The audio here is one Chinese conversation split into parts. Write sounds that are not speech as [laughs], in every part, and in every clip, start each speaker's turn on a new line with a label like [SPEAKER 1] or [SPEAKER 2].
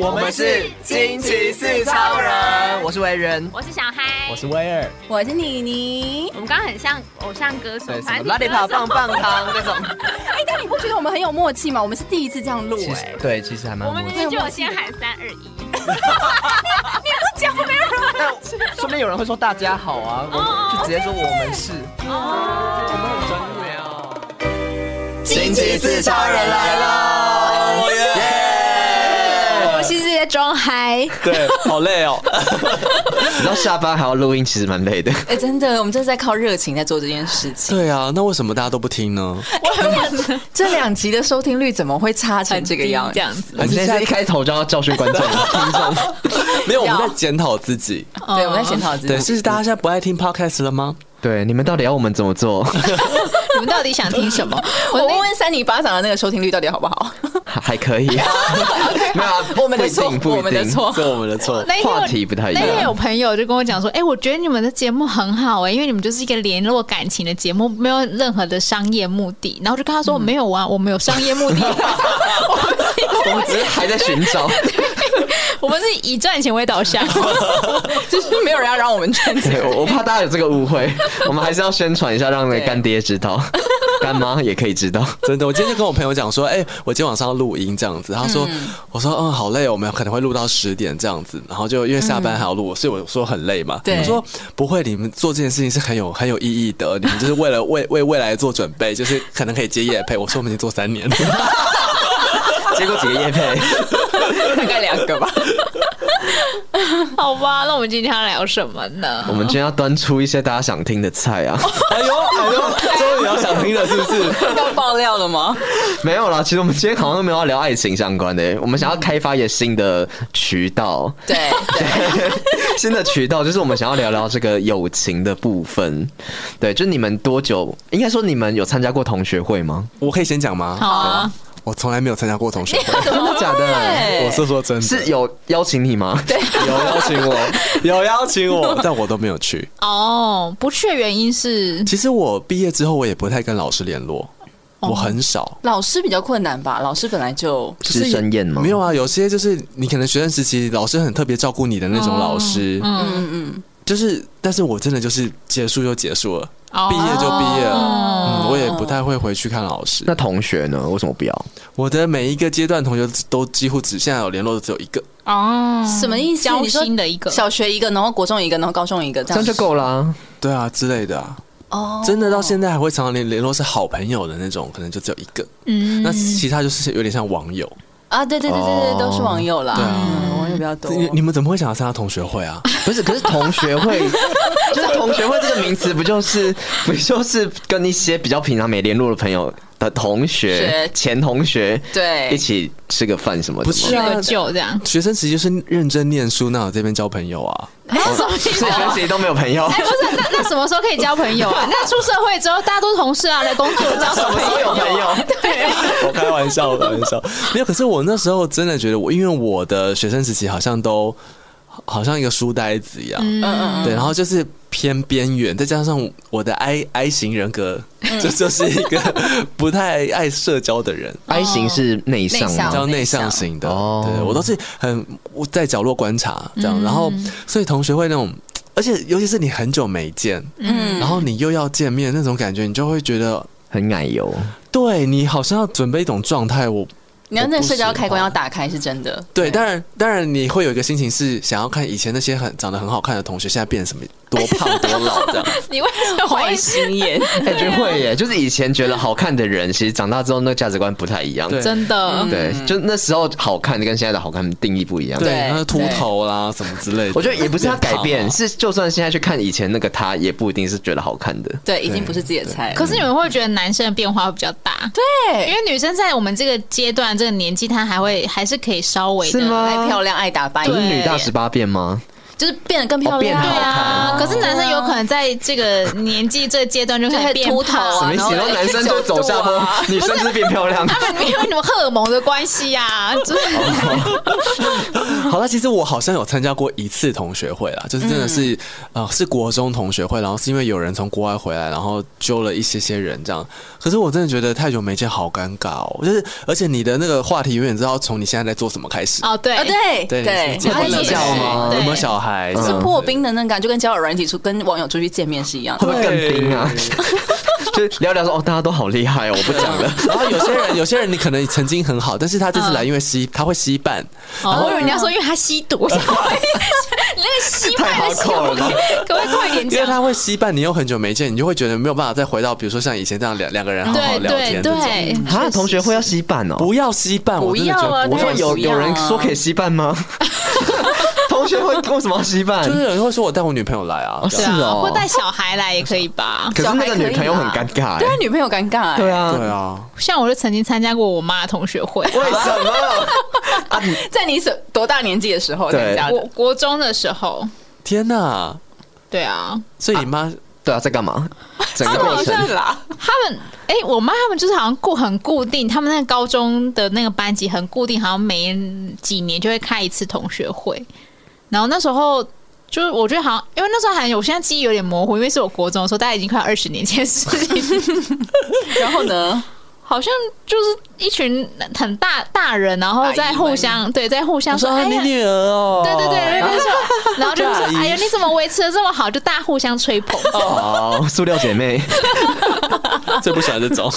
[SPEAKER 1] 我们是惊奇四超人，我是维人，
[SPEAKER 2] 我是小嗨，
[SPEAKER 3] 我是威尔，
[SPEAKER 4] 我是妮妮。
[SPEAKER 2] 我们刚刚很像偶像歌手
[SPEAKER 1] 对，，什
[SPEAKER 2] 反
[SPEAKER 1] 么
[SPEAKER 2] 正
[SPEAKER 1] 拉力跑
[SPEAKER 2] 歌手
[SPEAKER 1] 棒棒糖那种，
[SPEAKER 4] 哎，但你不觉得我们很有默契吗？我们是第一次这样录
[SPEAKER 1] 其
[SPEAKER 4] 哎
[SPEAKER 1] 实，对，其实还蛮
[SPEAKER 2] 我们
[SPEAKER 1] 默
[SPEAKER 2] 明
[SPEAKER 1] 契。
[SPEAKER 2] 明就有先喊三二一，
[SPEAKER 1] 但说不定有人会说大家好啊，我们就直接说我们是，
[SPEAKER 2] 哦
[SPEAKER 1] 我们很专业哦。惊奇四超人来喽！
[SPEAKER 5] 呃
[SPEAKER 4] 我
[SPEAKER 1] 耶！
[SPEAKER 4] 是这些装嗨。
[SPEAKER 3] [laughs] 对，好累哦。
[SPEAKER 1] 你知道下班还要录音，其实蛮累的。
[SPEAKER 4] 哎，真的，我们这是在靠热情在做这件
[SPEAKER 5] [laughs]
[SPEAKER 4] 事情。
[SPEAKER 3] 对啊，那为什么大家都不听呢？
[SPEAKER 5] 这两集的收听率怎么会差成这个样
[SPEAKER 4] 这
[SPEAKER 5] 子？
[SPEAKER 4] 样子，
[SPEAKER 1] 我们现在一开头就要教训观 [laughs] 众、听众，
[SPEAKER 3] [laughs] 没有，我们在检讨自己。
[SPEAKER 5] 对，我们在检讨自
[SPEAKER 3] 对，
[SPEAKER 5] 己。
[SPEAKER 3] 是大家现在不爱听 podcast 了吗？
[SPEAKER 1] 对你们到底要我们怎么做？
[SPEAKER 6] [laughs]
[SPEAKER 5] 你们到底想听什 [laughs] 么？我问问三尼巴掌的那个收听率到底好不 [laughs] 好？
[SPEAKER 1] 还还可以， [laughs] 没有啊，
[SPEAKER 5] 我们的错
[SPEAKER 1] 不一定，不一定
[SPEAKER 5] 我们的错。
[SPEAKER 3] 是我们的错。
[SPEAKER 6] 那一天我
[SPEAKER 1] 话题不太一
[SPEAKER 6] 那天有
[SPEAKER 1] 样。
[SPEAKER 6] 朋友就跟我讲说，哎、我觉得你们的节目很好哎、因为你们就是一个联络感情的节目，没有任何的商业目的。然后我就跟他说，没有啊，我们有商业目的，
[SPEAKER 5] [laughs]
[SPEAKER 1] 我们只是还在寻找，
[SPEAKER 6] 我们是以赚钱为导向。
[SPEAKER 5] 就是没有人要让我们赚钱。
[SPEAKER 1] 对，我我 [laughs] 怕大家有这个误 [laughs] 会，我们还是要宣传一下，让那个干爹知 [laughs] 道，干妈也可以知道。
[SPEAKER 3] 真的，我今天就跟我朋友讲说，哎、我今天晚上要录音这样子。他说，我说，嗯，好累哦，我们可能会录到十点这样子。然后就因为下班还要录，所以我说很累嘛。
[SPEAKER 5] 对
[SPEAKER 3] 他说不会，你们做这件事情是很有很有意义的，你们就是为了 [laughs] 为为未来做准备，就是可能可以接业配。我说我们已经做三 [laughs] 年了，
[SPEAKER 1] 结果几个夜 [laughs] 配，
[SPEAKER 5] [laughs] 大概两个吧。
[SPEAKER 6] 好吧，那我们今天要聊什么
[SPEAKER 1] 我 [laughs]
[SPEAKER 6] 呢？
[SPEAKER 1] 们今天要端出一些大家想听的菜啊。
[SPEAKER 3] 哎呦哎呦，终于要想听了是不是？
[SPEAKER 5] [laughs] 要爆料了吗？
[SPEAKER 1] 没有啦，其实我们今天好像都没有要聊爱情相关的、我们想要开发一个新的渠 [laughs] 道，
[SPEAKER 5] 对，
[SPEAKER 1] 新的渠道就是我们想要聊聊这个友情的部分。对，就你们多久？应该说你们有参加过同学会吗？
[SPEAKER 3] 我可以先讲吗？
[SPEAKER 6] 好啊，
[SPEAKER 3] 我从来没有参加过同学会，
[SPEAKER 1] 真
[SPEAKER 6] 哦
[SPEAKER 1] 的假的？
[SPEAKER 3] 我是说真的，
[SPEAKER 1] 是有邀请你吗？嗯对，
[SPEAKER 3] 有邀请我，有邀请 [laughs] 我，但我都没有去。
[SPEAKER 6] 哦，不去的原因是
[SPEAKER 3] 其实我毕业之后，我也不太跟老师联络，
[SPEAKER 6] 哦
[SPEAKER 3] 我很少。
[SPEAKER 5] 老师比较困难吧？老师本来就
[SPEAKER 3] 就是
[SPEAKER 1] 师生宴吗？
[SPEAKER 3] 没有啊，有些就是你可能学生时期老师很特别照顾你的那种老师，
[SPEAKER 6] 哦嗯，
[SPEAKER 3] 就是，但是我真的就是结束就结束了，
[SPEAKER 6] 哦
[SPEAKER 3] 毕业就毕业了，
[SPEAKER 6] 哦
[SPEAKER 3] 嗯，我也不太会回去看老师
[SPEAKER 1] 那。同学呢？为什么不要？
[SPEAKER 3] 我的每一个阶段同学都几乎只现在有联络的只有一个，
[SPEAKER 6] 哦，
[SPEAKER 5] 什么意思
[SPEAKER 6] 交
[SPEAKER 5] 你说
[SPEAKER 6] 心的一个
[SPEAKER 5] 小学一个，然后国中一个，然后高中一个，这
[SPEAKER 1] 这
[SPEAKER 5] 样
[SPEAKER 1] 样就够啦、
[SPEAKER 3] 对啊之类的啊。
[SPEAKER 5] 哦。
[SPEAKER 3] 真的到现在还会常常联联络是好朋友的那种，可能就只有一个。
[SPEAKER 6] 嗯
[SPEAKER 3] 那其他就是有点像网友。
[SPEAKER 5] 啊，对对对对
[SPEAKER 1] 哦
[SPEAKER 5] 对，都是网友啦，
[SPEAKER 3] 对啊
[SPEAKER 5] 嗯网友比较多。
[SPEAKER 3] 你你们怎么会想要参加同学会
[SPEAKER 5] [laughs]
[SPEAKER 3] 啊？
[SPEAKER 1] 不是，可是同学会，就是同学会这个名词，不就是不就是跟一些比较平常没联络的朋友的同学
[SPEAKER 5] 学、
[SPEAKER 1] 前同学
[SPEAKER 5] 对
[SPEAKER 1] 一起吃个饭什么的吗？
[SPEAKER 3] 不是
[SPEAKER 6] 去
[SPEAKER 3] 啊
[SPEAKER 6] 个旧这样。
[SPEAKER 3] 学生时期就是认真念书，那我这边交朋友啊。
[SPEAKER 6] 哎
[SPEAKER 1] 所以学习都没有朋友。
[SPEAKER 6] 哎，不是，那那什么时候可以交朋友啊？那出社会之后，大家都是同事啊，来工作交什
[SPEAKER 1] 什么
[SPEAKER 6] 么
[SPEAKER 1] 时
[SPEAKER 6] 朋
[SPEAKER 1] 候
[SPEAKER 6] 友？
[SPEAKER 1] 有朋友？哦
[SPEAKER 3] 我开玩笑，我开玩
[SPEAKER 5] [laughs]
[SPEAKER 3] 笑。没有，可是我那时候真的觉得我，因为我的学生时期好像都好像一个书呆子一样，
[SPEAKER 5] 嗯嗯
[SPEAKER 3] 对，然后就是偏边缘，再加上我的 I I 型人格，
[SPEAKER 5] 嗯
[SPEAKER 3] 这就是 [laughs] 一个不太爱社交的人。
[SPEAKER 1] I 型是内向
[SPEAKER 5] 内
[SPEAKER 3] 比较
[SPEAKER 1] 吗
[SPEAKER 5] 向？
[SPEAKER 3] 内向型的，
[SPEAKER 1] 哦嗯
[SPEAKER 3] 对我都是很我在角落观察这样，然后所以同学会那种，而且尤其是你很久没见，
[SPEAKER 5] 嗯
[SPEAKER 3] 然后你又要见面那种感觉，你就会觉得，
[SPEAKER 1] 很奶油，
[SPEAKER 3] 对你好像要准备一种状态，我
[SPEAKER 5] 你要
[SPEAKER 3] 我
[SPEAKER 5] 那个
[SPEAKER 3] 不
[SPEAKER 5] 社交
[SPEAKER 3] 喜
[SPEAKER 5] 开关
[SPEAKER 3] 欢
[SPEAKER 5] 要打开是真的，
[SPEAKER 3] 对，当然，当然你会有一个心情是想要看以前那些很长得很好看的同学，现在变什么多
[SPEAKER 1] [laughs]
[SPEAKER 3] 胖多老这样。
[SPEAKER 6] 你为什
[SPEAKER 5] [laughs]
[SPEAKER 6] 么
[SPEAKER 5] 坏心眼。
[SPEAKER 1] 感觉哎会耶。就是以前觉得好看的人，其实长大之后那个价值观不太一样。
[SPEAKER 3] 对
[SPEAKER 6] 真的，
[SPEAKER 1] 对，嗯就那时候好看跟现在的好看定义不一样。
[SPEAKER 3] 对，
[SPEAKER 5] 对
[SPEAKER 3] 然后秃头啦什么之类的。
[SPEAKER 1] 我觉得也不是他改变，
[SPEAKER 3] 变胖啊
[SPEAKER 1] 是就算现在去看以前那个他，也不一定是觉得好看的。
[SPEAKER 5] 对，已经不是自己的菜了。
[SPEAKER 6] 可是你们会觉得男生的变化会比较大，
[SPEAKER 5] 对
[SPEAKER 6] 因为女生在我们这个阶段、这个年纪，她还会还是可以稍微的，
[SPEAKER 1] 是吗
[SPEAKER 5] 爱漂亮、爱打扮，
[SPEAKER 1] 不是
[SPEAKER 6] 对
[SPEAKER 1] 女大十八变吗？
[SPEAKER 5] 就是变得更漂
[SPEAKER 1] 哦变
[SPEAKER 5] 亮，
[SPEAKER 1] 好
[SPEAKER 6] 对啊。
[SPEAKER 1] 好看
[SPEAKER 6] 可是男生有可能在这个年纪、这个阶段就
[SPEAKER 5] 就
[SPEAKER 6] 开
[SPEAKER 5] 是
[SPEAKER 6] 始变
[SPEAKER 5] 秃头
[SPEAKER 6] 胖。
[SPEAKER 5] 啊，
[SPEAKER 1] 什么意思？
[SPEAKER 5] 然
[SPEAKER 1] 然
[SPEAKER 5] 后
[SPEAKER 1] 后男生就走下坡，女生就是变漂亮。
[SPEAKER 6] 啊他们因为什么荷尔蒙的关系呀、就是
[SPEAKER 3] 好了，其实我好像有参加过一次同学会啦，就是真的是、呃是国中同学会，然后是因为有人从国外回来，然后揪了一些些人这样。可是我真的觉得太久没见，好尴尬哦。就是而且你的那个话题永远知道从你现在在做什么开始。
[SPEAKER 6] 哦，对，
[SPEAKER 5] 啊，对
[SPEAKER 3] 对
[SPEAKER 5] 对，
[SPEAKER 3] 结
[SPEAKER 5] 我
[SPEAKER 3] 婚
[SPEAKER 5] 也
[SPEAKER 3] 了
[SPEAKER 5] 是
[SPEAKER 3] 没有吗？
[SPEAKER 6] 对
[SPEAKER 3] 有没有小孩？嗯
[SPEAKER 5] 是
[SPEAKER 3] 这样子
[SPEAKER 5] 破冰的那个感觉，就跟交友软体出跟网友出去见面是一样
[SPEAKER 1] [laughs] 会不
[SPEAKER 5] 的。
[SPEAKER 1] 会更冰啊 [laughs]
[SPEAKER 3] 对？
[SPEAKER 1] 就是聊聊说哦，大家都好厉害哦，我不讲了。
[SPEAKER 3] 然后有些人，有些人你可能曾经很好，但是他这次来，因为吸他会吸伴，然
[SPEAKER 6] 哦，
[SPEAKER 3] 后
[SPEAKER 6] 我以为你要说，因为他吸毒，我想说你那个吸
[SPEAKER 1] 太
[SPEAKER 6] 派的吸
[SPEAKER 1] hardcore 了吧
[SPEAKER 6] 可不可以快点
[SPEAKER 3] 因为
[SPEAKER 6] 讲？
[SPEAKER 3] 他会吸伴，你又很久没见，你就会觉得没有办法再回到，比如说像以前这样两两个人好好
[SPEAKER 6] 对
[SPEAKER 3] 聊天
[SPEAKER 6] 对
[SPEAKER 3] 这种。
[SPEAKER 6] 对，
[SPEAKER 1] 啊，同学会要洗版哦？
[SPEAKER 3] 不要吸伴，我真的觉
[SPEAKER 5] 不要啊
[SPEAKER 3] 得不
[SPEAKER 1] 我说
[SPEAKER 3] 会
[SPEAKER 5] 当然
[SPEAKER 1] 有
[SPEAKER 5] 不要
[SPEAKER 1] 有
[SPEAKER 5] 啊
[SPEAKER 1] 人说可以吸伴吗？同学会为什么要吸伴？
[SPEAKER 3] 就是有人会说我带我女朋友来啊，
[SPEAKER 1] 哦
[SPEAKER 3] 这
[SPEAKER 6] 对
[SPEAKER 3] 样
[SPEAKER 1] 是
[SPEAKER 6] 啊，
[SPEAKER 1] 哦
[SPEAKER 6] 或带小孩来也可以吧。
[SPEAKER 1] 可是那个女朋友很尴尬、
[SPEAKER 5] 对啊，
[SPEAKER 1] 欸。
[SPEAKER 5] 女朋友尴尬、欸。
[SPEAKER 1] 对，啊，
[SPEAKER 3] 对啊，
[SPEAKER 6] 像我就曾经参加过我妈的同学会，
[SPEAKER 1] 为什么？
[SPEAKER 5] 在你什多大年纪的时候
[SPEAKER 1] 对
[SPEAKER 5] 参加
[SPEAKER 6] 我
[SPEAKER 5] 的？
[SPEAKER 6] 国中的时候，
[SPEAKER 3] 天哪！
[SPEAKER 6] 对啊，
[SPEAKER 3] 所以你妈
[SPEAKER 1] 对啊，在干嘛？整个过
[SPEAKER 5] 好
[SPEAKER 1] 程
[SPEAKER 5] 像啦，
[SPEAKER 6] 他们哎、我妈他们就是好像固很固定，他们那个高中的那个班级很固定，好像每几年就会开一次同学会。然后那时候就是我觉得好像，因为那时候还有，我现在记忆有点模糊，因为是我国中的时候，大概已经快二十年前的事情。
[SPEAKER 5] 然后呢？
[SPEAKER 6] 好像就是一群很大大人，然后在互相对，在互相说：“
[SPEAKER 3] 啊
[SPEAKER 6] 哎
[SPEAKER 3] 你
[SPEAKER 6] 呀，
[SPEAKER 3] 女儿哦，
[SPEAKER 6] 对对对，然后就说，然后就
[SPEAKER 3] 大姨
[SPEAKER 6] 说：‘哎呀，你怎么维持的这么好？’就大家互相吹捧，
[SPEAKER 1] 哦，塑料姐妹，
[SPEAKER 3] [laughs] 最不喜欢这 [laughs] 种。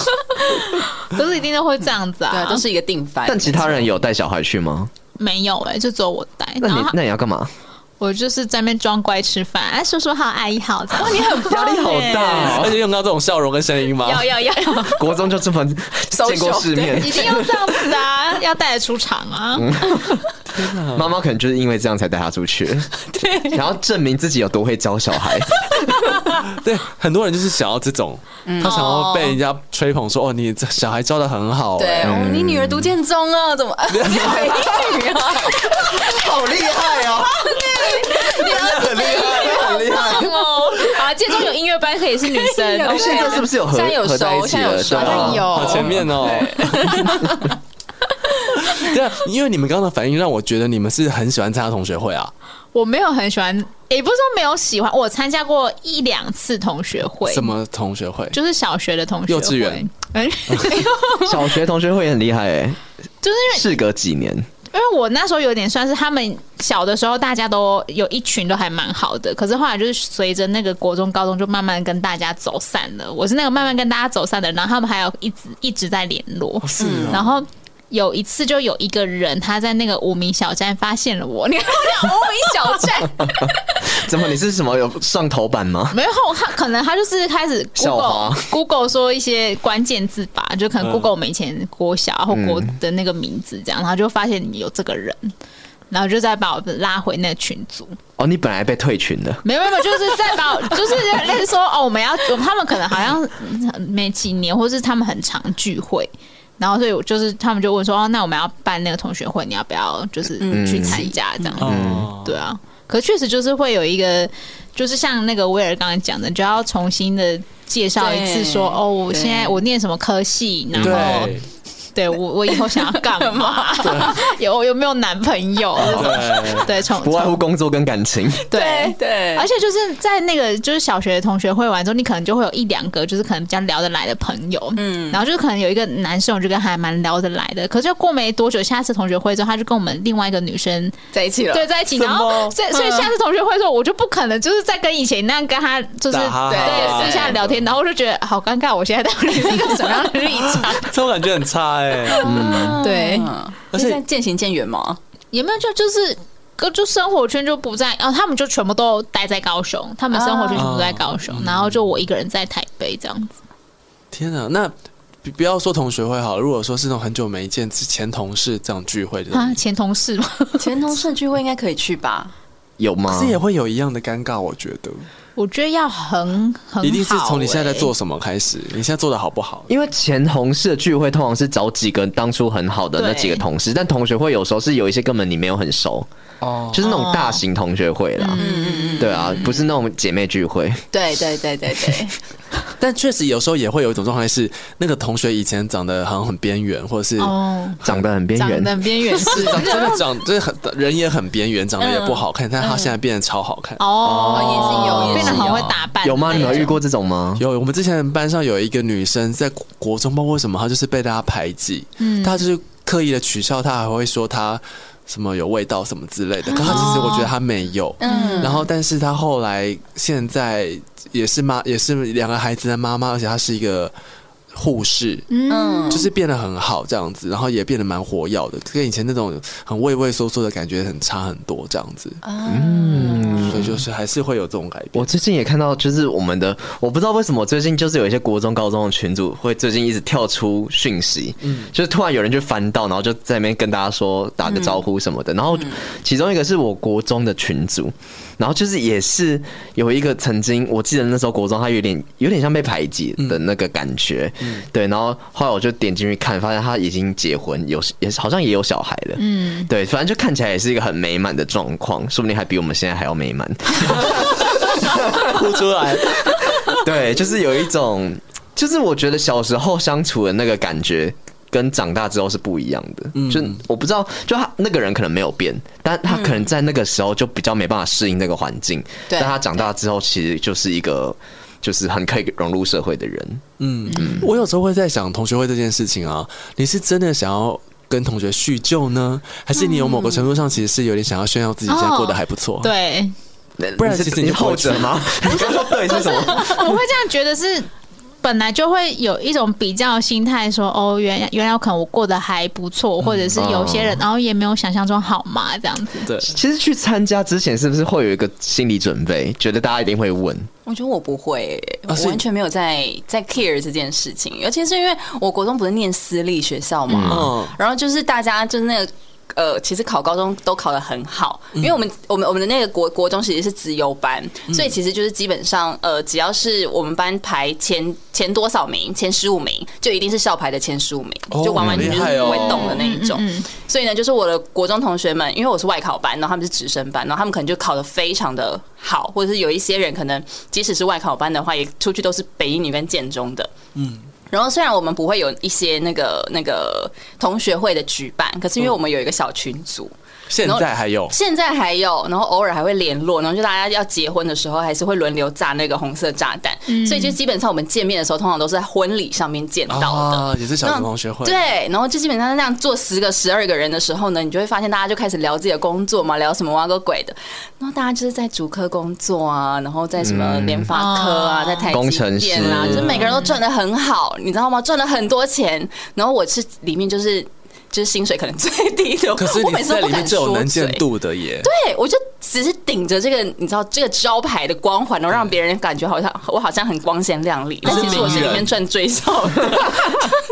[SPEAKER 6] 都是一定都会这样子
[SPEAKER 5] 对啊，
[SPEAKER 6] 啊
[SPEAKER 5] 都。是一个定番。
[SPEAKER 1] 但其他人有带小孩去吗？
[SPEAKER 6] 没有哎，就只有我带。
[SPEAKER 1] 那
[SPEAKER 6] 然
[SPEAKER 1] 你
[SPEAKER 6] 后
[SPEAKER 1] 那你要干嘛？
[SPEAKER 6] 我就是在那边装乖吃饭，哎，叔叔好，阿姨好，这样
[SPEAKER 5] 你很
[SPEAKER 1] 压力好 [laughs] 大
[SPEAKER 3] 而
[SPEAKER 1] 哦！
[SPEAKER 3] 且用到这种笑容跟声音吗？
[SPEAKER 6] 要要 [laughs] 要，
[SPEAKER 1] 国中就这 [laughs] 么见过世面
[SPEAKER 6] 一，定要这样子的啊，要带得出场
[SPEAKER 3] [laughs]
[SPEAKER 6] 啊。
[SPEAKER 1] 妈妈可能就是因为这样才带他出去， [laughs] 对，然后证明自己有多会教小孩。
[SPEAKER 3] 对，很多人就是想要这种，他想要被人家吹捧嗯说：“哦，你这小孩教的很好。”
[SPEAKER 5] 对，哦
[SPEAKER 1] 嗯
[SPEAKER 5] 你女儿读建中啊， [laughs] 怎么？你美女啊，
[SPEAKER 1] [laughs] 好厉害哦！真的很厉害，很厉害。
[SPEAKER 6] 哦，啊，建中有音乐班，可以是女 [laughs] 生，
[SPEAKER 1] 哎，现在是不是有合
[SPEAKER 5] 现在有
[SPEAKER 1] 合在一
[SPEAKER 5] 熟
[SPEAKER 1] 起
[SPEAKER 5] 现在有
[SPEAKER 1] 了？
[SPEAKER 5] 熟
[SPEAKER 1] 对啊
[SPEAKER 6] 好像有
[SPEAKER 3] 哎好前面哦。 [laughs] 对啊，因为你们刚刚的反应让我觉得你们是很喜欢参加同学会啊。
[SPEAKER 6] 我没有很喜欢，也不是说没有喜欢，我参加过一两次同学会，
[SPEAKER 3] 什么同学会？
[SPEAKER 6] 就是小学的同学会
[SPEAKER 3] 幼稚
[SPEAKER 6] [laughs]
[SPEAKER 3] 园，
[SPEAKER 6] 哎
[SPEAKER 3] [laughs]
[SPEAKER 1] 小学同学会很厉害哎，
[SPEAKER 6] 就是因为
[SPEAKER 1] 事隔几年，
[SPEAKER 6] 因为我那时候有点算是他们小的时候，大家都有一群都还蛮好的，可是后来就是随着那个国中、高中就慢慢跟大家走散了。我是那个慢慢跟大家走散的，然后他们还有一直一直在联络，
[SPEAKER 3] 是啊，
[SPEAKER 6] 然后。有一次，就有一个人他在那个无名小站发现了我，你看我讲无名小站，
[SPEAKER 1] 怎么你是什么有上头版吗？
[SPEAKER 6] 没有他可能他就是开始
[SPEAKER 1] 校
[SPEAKER 6] Google
[SPEAKER 1] 花
[SPEAKER 6] Google 说一些关键字吧，就可
[SPEAKER 3] 嗯
[SPEAKER 6] 能 Google 我们以前国小或国的那个名字这样，然后就发现有这个人，然后就再把我拉回那个群组，
[SPEAKER 1] 哦，你本来被退群的，
[SPEAKER 6] 没有没有，就是再把我 [laughs] 就是类似说哦，我们要他们可能好像每几年，或是他们很常聚会。然后，所以我就是他们就问说，哦，那我们要办那个同学会，你要不要就是去参加这样？
[SPEAKER 3] 哦
[SPEAKER 6] 对啊，可确实就是会有一个，就是像那个威尔刚才讲的，就要重新的介绍一
[SPEAKER 5] 对
[SPEAKER 6] 次说，哦，我
[SPEAKER 5] 对
[SPEAKER 6] 现在我念什么科系，然后
[SPEAKER 3] 对
[SPEAKER 6] 对我我以后想要干
[SPEAKER 5] [laughs]
[SPEAKER 6] 嘛，有有没有男朋
[SPEAKER 1] [laughs]
[SPEAKER 6] 友，
[SPEAKER 3] 对。
[SPEAKER 6] 对，重
[SPEAKER 1] 不外乎工作跟感情。
[SPEAKER 6] 对。
[SPEAKER 5] 对
[SPEAKER 6] 而且就是在那个就是小学同学会完之后，你可能就会有一两个就是可能比较聊得来的朋友，嗯，然后就是可能有一个男生，我就跟还蛮聊得来的，可是就过没多久，下次同学会之后，他就跟我们另外一个女生
[SPEAKER 5] 在一起了。
[SPEAKER 6] [laughs] 对，在一起。然后，所以所以下次同学会说，我就不可能就是再跟以前那样跟他就是
[SPEAKER 3] 打哈哈
[SPEAKER 6] 对
[SPEAKER 5] 对
[SPEAKER 6] 私下聊天，然后我就觉得好尴尬，我现在到底是一个什么样的立 [laughs] 场？
[SPEAKER 3] 这种感觉很差哎、
[SPEAKER 6] 对，
[SPEAKER 5] 嗯，
[SPEAKER 3] 而
[SPEAKER 5] 而
[SPEAKER 3] 且
[SPEAKER 5] 且渐行渐远嘛。
[SPEAKER 6] 有没有就就是。就就生活圈就不在，哦，他们就全部都待在高雄，他们生活圈全部都在高雄，
[SPEAKER 3] 嗯
[SPEAKER 6] 然后就我一个人在台北这样子。
[SPEAKER 3] 天啊，那不不要说同学会好了，如果说是那种很久没见之前同事这样聚会的，
[SPEAKER 6] 啊，前同事嘛，
[SPEAKER 5] 前同事聚会应该可以去吧？
[SPEAKER 1] 有吗？
[SPEAKER 3] 可是也会有一样的尴尬，我觉得。
[SPEAKER 6] [laughs] 我觉得要很很好、
[SPEAKER 3] 一定是从你现在在
[SPEAKER 6] 欸
[SPEAKER 3] 做什么开始，你现在做的好不好？
[SPEAKER 1] 因为前同事的聚会通常是找几个当初很好的那几个同事，但同学会有时候是有一些根本你没有很熟，
[SPEAKER 3] 哦，
[SPEAKER 1] 就是那种大型同学会
[SPEAKER 6] 嗯
[SPEAKER 1] 啦，对啊，不是那种姐妹聚会。
[SPEAKER 5] 对对对对 [laughs] 对，
[SPEAKER 3] 但确实有时候也会有一种状态是，那个同学以前长得好像很边缘，或者是
[SPEAKER 6] 哦，
[SPEAKER 1] 长得很边
[SPEAKER 6] 长
[SPEAKER 1] 缘，
[SPEAKER 6] 得边缘
[SPEAKER 3] 是
[SPEAKER 6] 是
[SPEAKER 3] 长真的长，就是很人也很边缘，长得也不好
[SPEAKER 6] 嗯
[SPEAKER 3] 看，但他现在变得超好看。
[SPEAKER 6] 哦，
[SPEAKER 5] 也是有也是有
[SPEAKER 6] 变得好会打扮，
[SPEAKER 1] 有吗？你们有遇？过这种吗？
[SPEAKER 3] 有，我们之前班上有一个女生，在国中不知道为什么，她就是被大家排挤，嗯，大家就是刻意的取笑她，还会说她什么有味道什么之类的。可她其实我觉得她没有，
[SPEAKER 5] 啊嗯，
[SPEAKER 3] 然后但是她后来现在也是妈，也是两个孩子的妈妈，而且她是一个护士，
[SPEAKER 5] 嗯
[SPEAKER 3] 就是变得很好这样子，然后也变得蛮活跃的，跟以前那种很畏畏缩缩的感觉很差很多这样子。
[SPEAKER 5] 啊
[SPEAKER 3] 嗯，所以就是还是会有这种改变
[SPEAKER 1] 我。最近也看到，就是我们的，我不知道为什么最近就是有一些国中、高中的群组会最近一直跳出讯息，就是突然有人就翻到，然后就在那边跟大家说打个招呼什么的。然后其中一个是我国中的群组，然后就是也是有一个曾经，我记得那时候国中他有点有点像被排挤的那个感觉，对。然后后来我就点进去看，发现他已经结婚，有也好像也有小孩了，嗯，对。反正就看起来也是一个很美满的状况，说不定还比我们现在还要美满。
[SPEAKER 3] 哭出来，
[SPEAKER 1] [laughs] 对，就是有一种，就是我觉得小时候相处的那个感觉。跟长大之后是不一样的，
[SPEAKER 3] 嗯
[SPEAKER 1] 就我不知道，就他那个人可能没有变，但他可能在那个时候就比较没办法适应那个环境，
[SPEAKER 5] 对
[SPEAKER 1] 但他长大之后其实就是一个就是很可以融入社会的人。
[SPEAKER 3] 嗯，我有时候会在想同学会这件事情啊，你是真的想要跟同学叙旧呢，还是你有某个程度上其实是有点想要炫耀自己现在过得还不错？，
[SPEAKER 5] 嗯
[SPEAKER 6] 对，
[SPEAKER 1] 不
[SPEAKER 3] 然其实你就不会
[SPEAKER 1] 后者吗？ [laughs] 你刚说对是什么？
[SPEAKER 6] [laughs] 我会这样觉得是。本来就会有一种比较心态说哦，原原来可能我过得还不错，或者是有些人，然后也没有想象中好嘛，这样子。
[SPEAKER 3] 对，
[SPEAKER 1] 其实去参加之前是不是会有一个心理准备，觉得大家一定会问？
[SPEAKER 5] 我觉得我不会、
[SPEAKER 3] 啊是
[SPEAKER 5] 我完全没有在在 care 这件事情，尤其是因为我国中不是念私立学校嘛，
[SPEAKER 3] 嗯
[SPEAKER 5] 然后就是大家就是那个。呃，其实考高中都考得很好，
[SPEAKER 3] 嗯
[SPEAKER 5] 因为我们、我们我们的那个国国中其实是资优班，所以其实就是基本上呃，只要是我们班排前前多少名，前十五名，就一定是校排的前十五名，
[SPEAKER 3] 哦
[SPEAKER 5] 就完完全全就是不会动的那一种。
[SPEAKER 6] 嗯，
[SPEAKER 5] 所以呢，就是我的国中同学们，因为我是外考班，然后他们是直升班，然后他们可能就考得非常的好，或者是有一些人可能即使是外考班的话，也出去都是北一女跟建中的，嗯。然后虽然我们不会有一些那个那个同学会的举办，可是因为我们有一个小群组，
[SPEAKER 3] 现在还有
[SPEAKER 5] 现在还有，然后偶尔还会联络，然后就大家要结婚的时候，还是会轮流炸那个红色炸弹，
[SPEAKER 6] 嗯
[SPEAKER 5] 所以就基本上我们见面的时候，通常都是在婚礼上面见到的。
[SPEAKER 3] 啊，也是小
[SPEAKER 5] 那
[SPEAKER 3] 学同学会，
[SPEAKER 5] 对，然后就基本上是那样做十个、十二个人的时候呢，你就会发现大家就开始聊自己的工作嘛，聊什么挖个鬼的。然后大家就是在主科工作啊，然后在什么
[SPEAKER 3] 嗯
[SPEAKER 5] 联发科啊，
[SPEAKER 6] 哦
[SPEAKER 5] 在台积
[SPEAKER 1] 工程
[SPEAKER 5] 电啊，
[SPEAKER 1] 师
[SPEAKER 5] 就是每个人都赚的很好，你知道吗？赚了很多钱。然后我是里面就是。就是薪水可能最低的，
[SPEAKER 3] [laughs] 可是
[SPEAKER 5] 我
[SPEAKER 3] 你
[SPEAKER 5] 每次
[SPEAKER 3] 在
[SPEAKER 5] 都不
[SPEAKER 3] 里面
[SPEAKER 5] 敢
[SPEAKER 3] 就
[SPEAKER 5] 说
[SPEAKER 3] 有能见
[SPEAKER 5] 嘴
[SPEAKER 3] 度的耶，
[SPEAKER 5] 对，我就只是顶着这个，你知道这个招牌的光环，然后让别人感觉好像我好像很光鲜亮丽，但
[SPEAKER 3] 是
[SPEAKER 5] 其实我是
[SPEAKER 3] 名
[SPEAKER 5] 里
[SPEAKER 3] 人
[SPEAKER 5] 面赚最少的。 [laughs]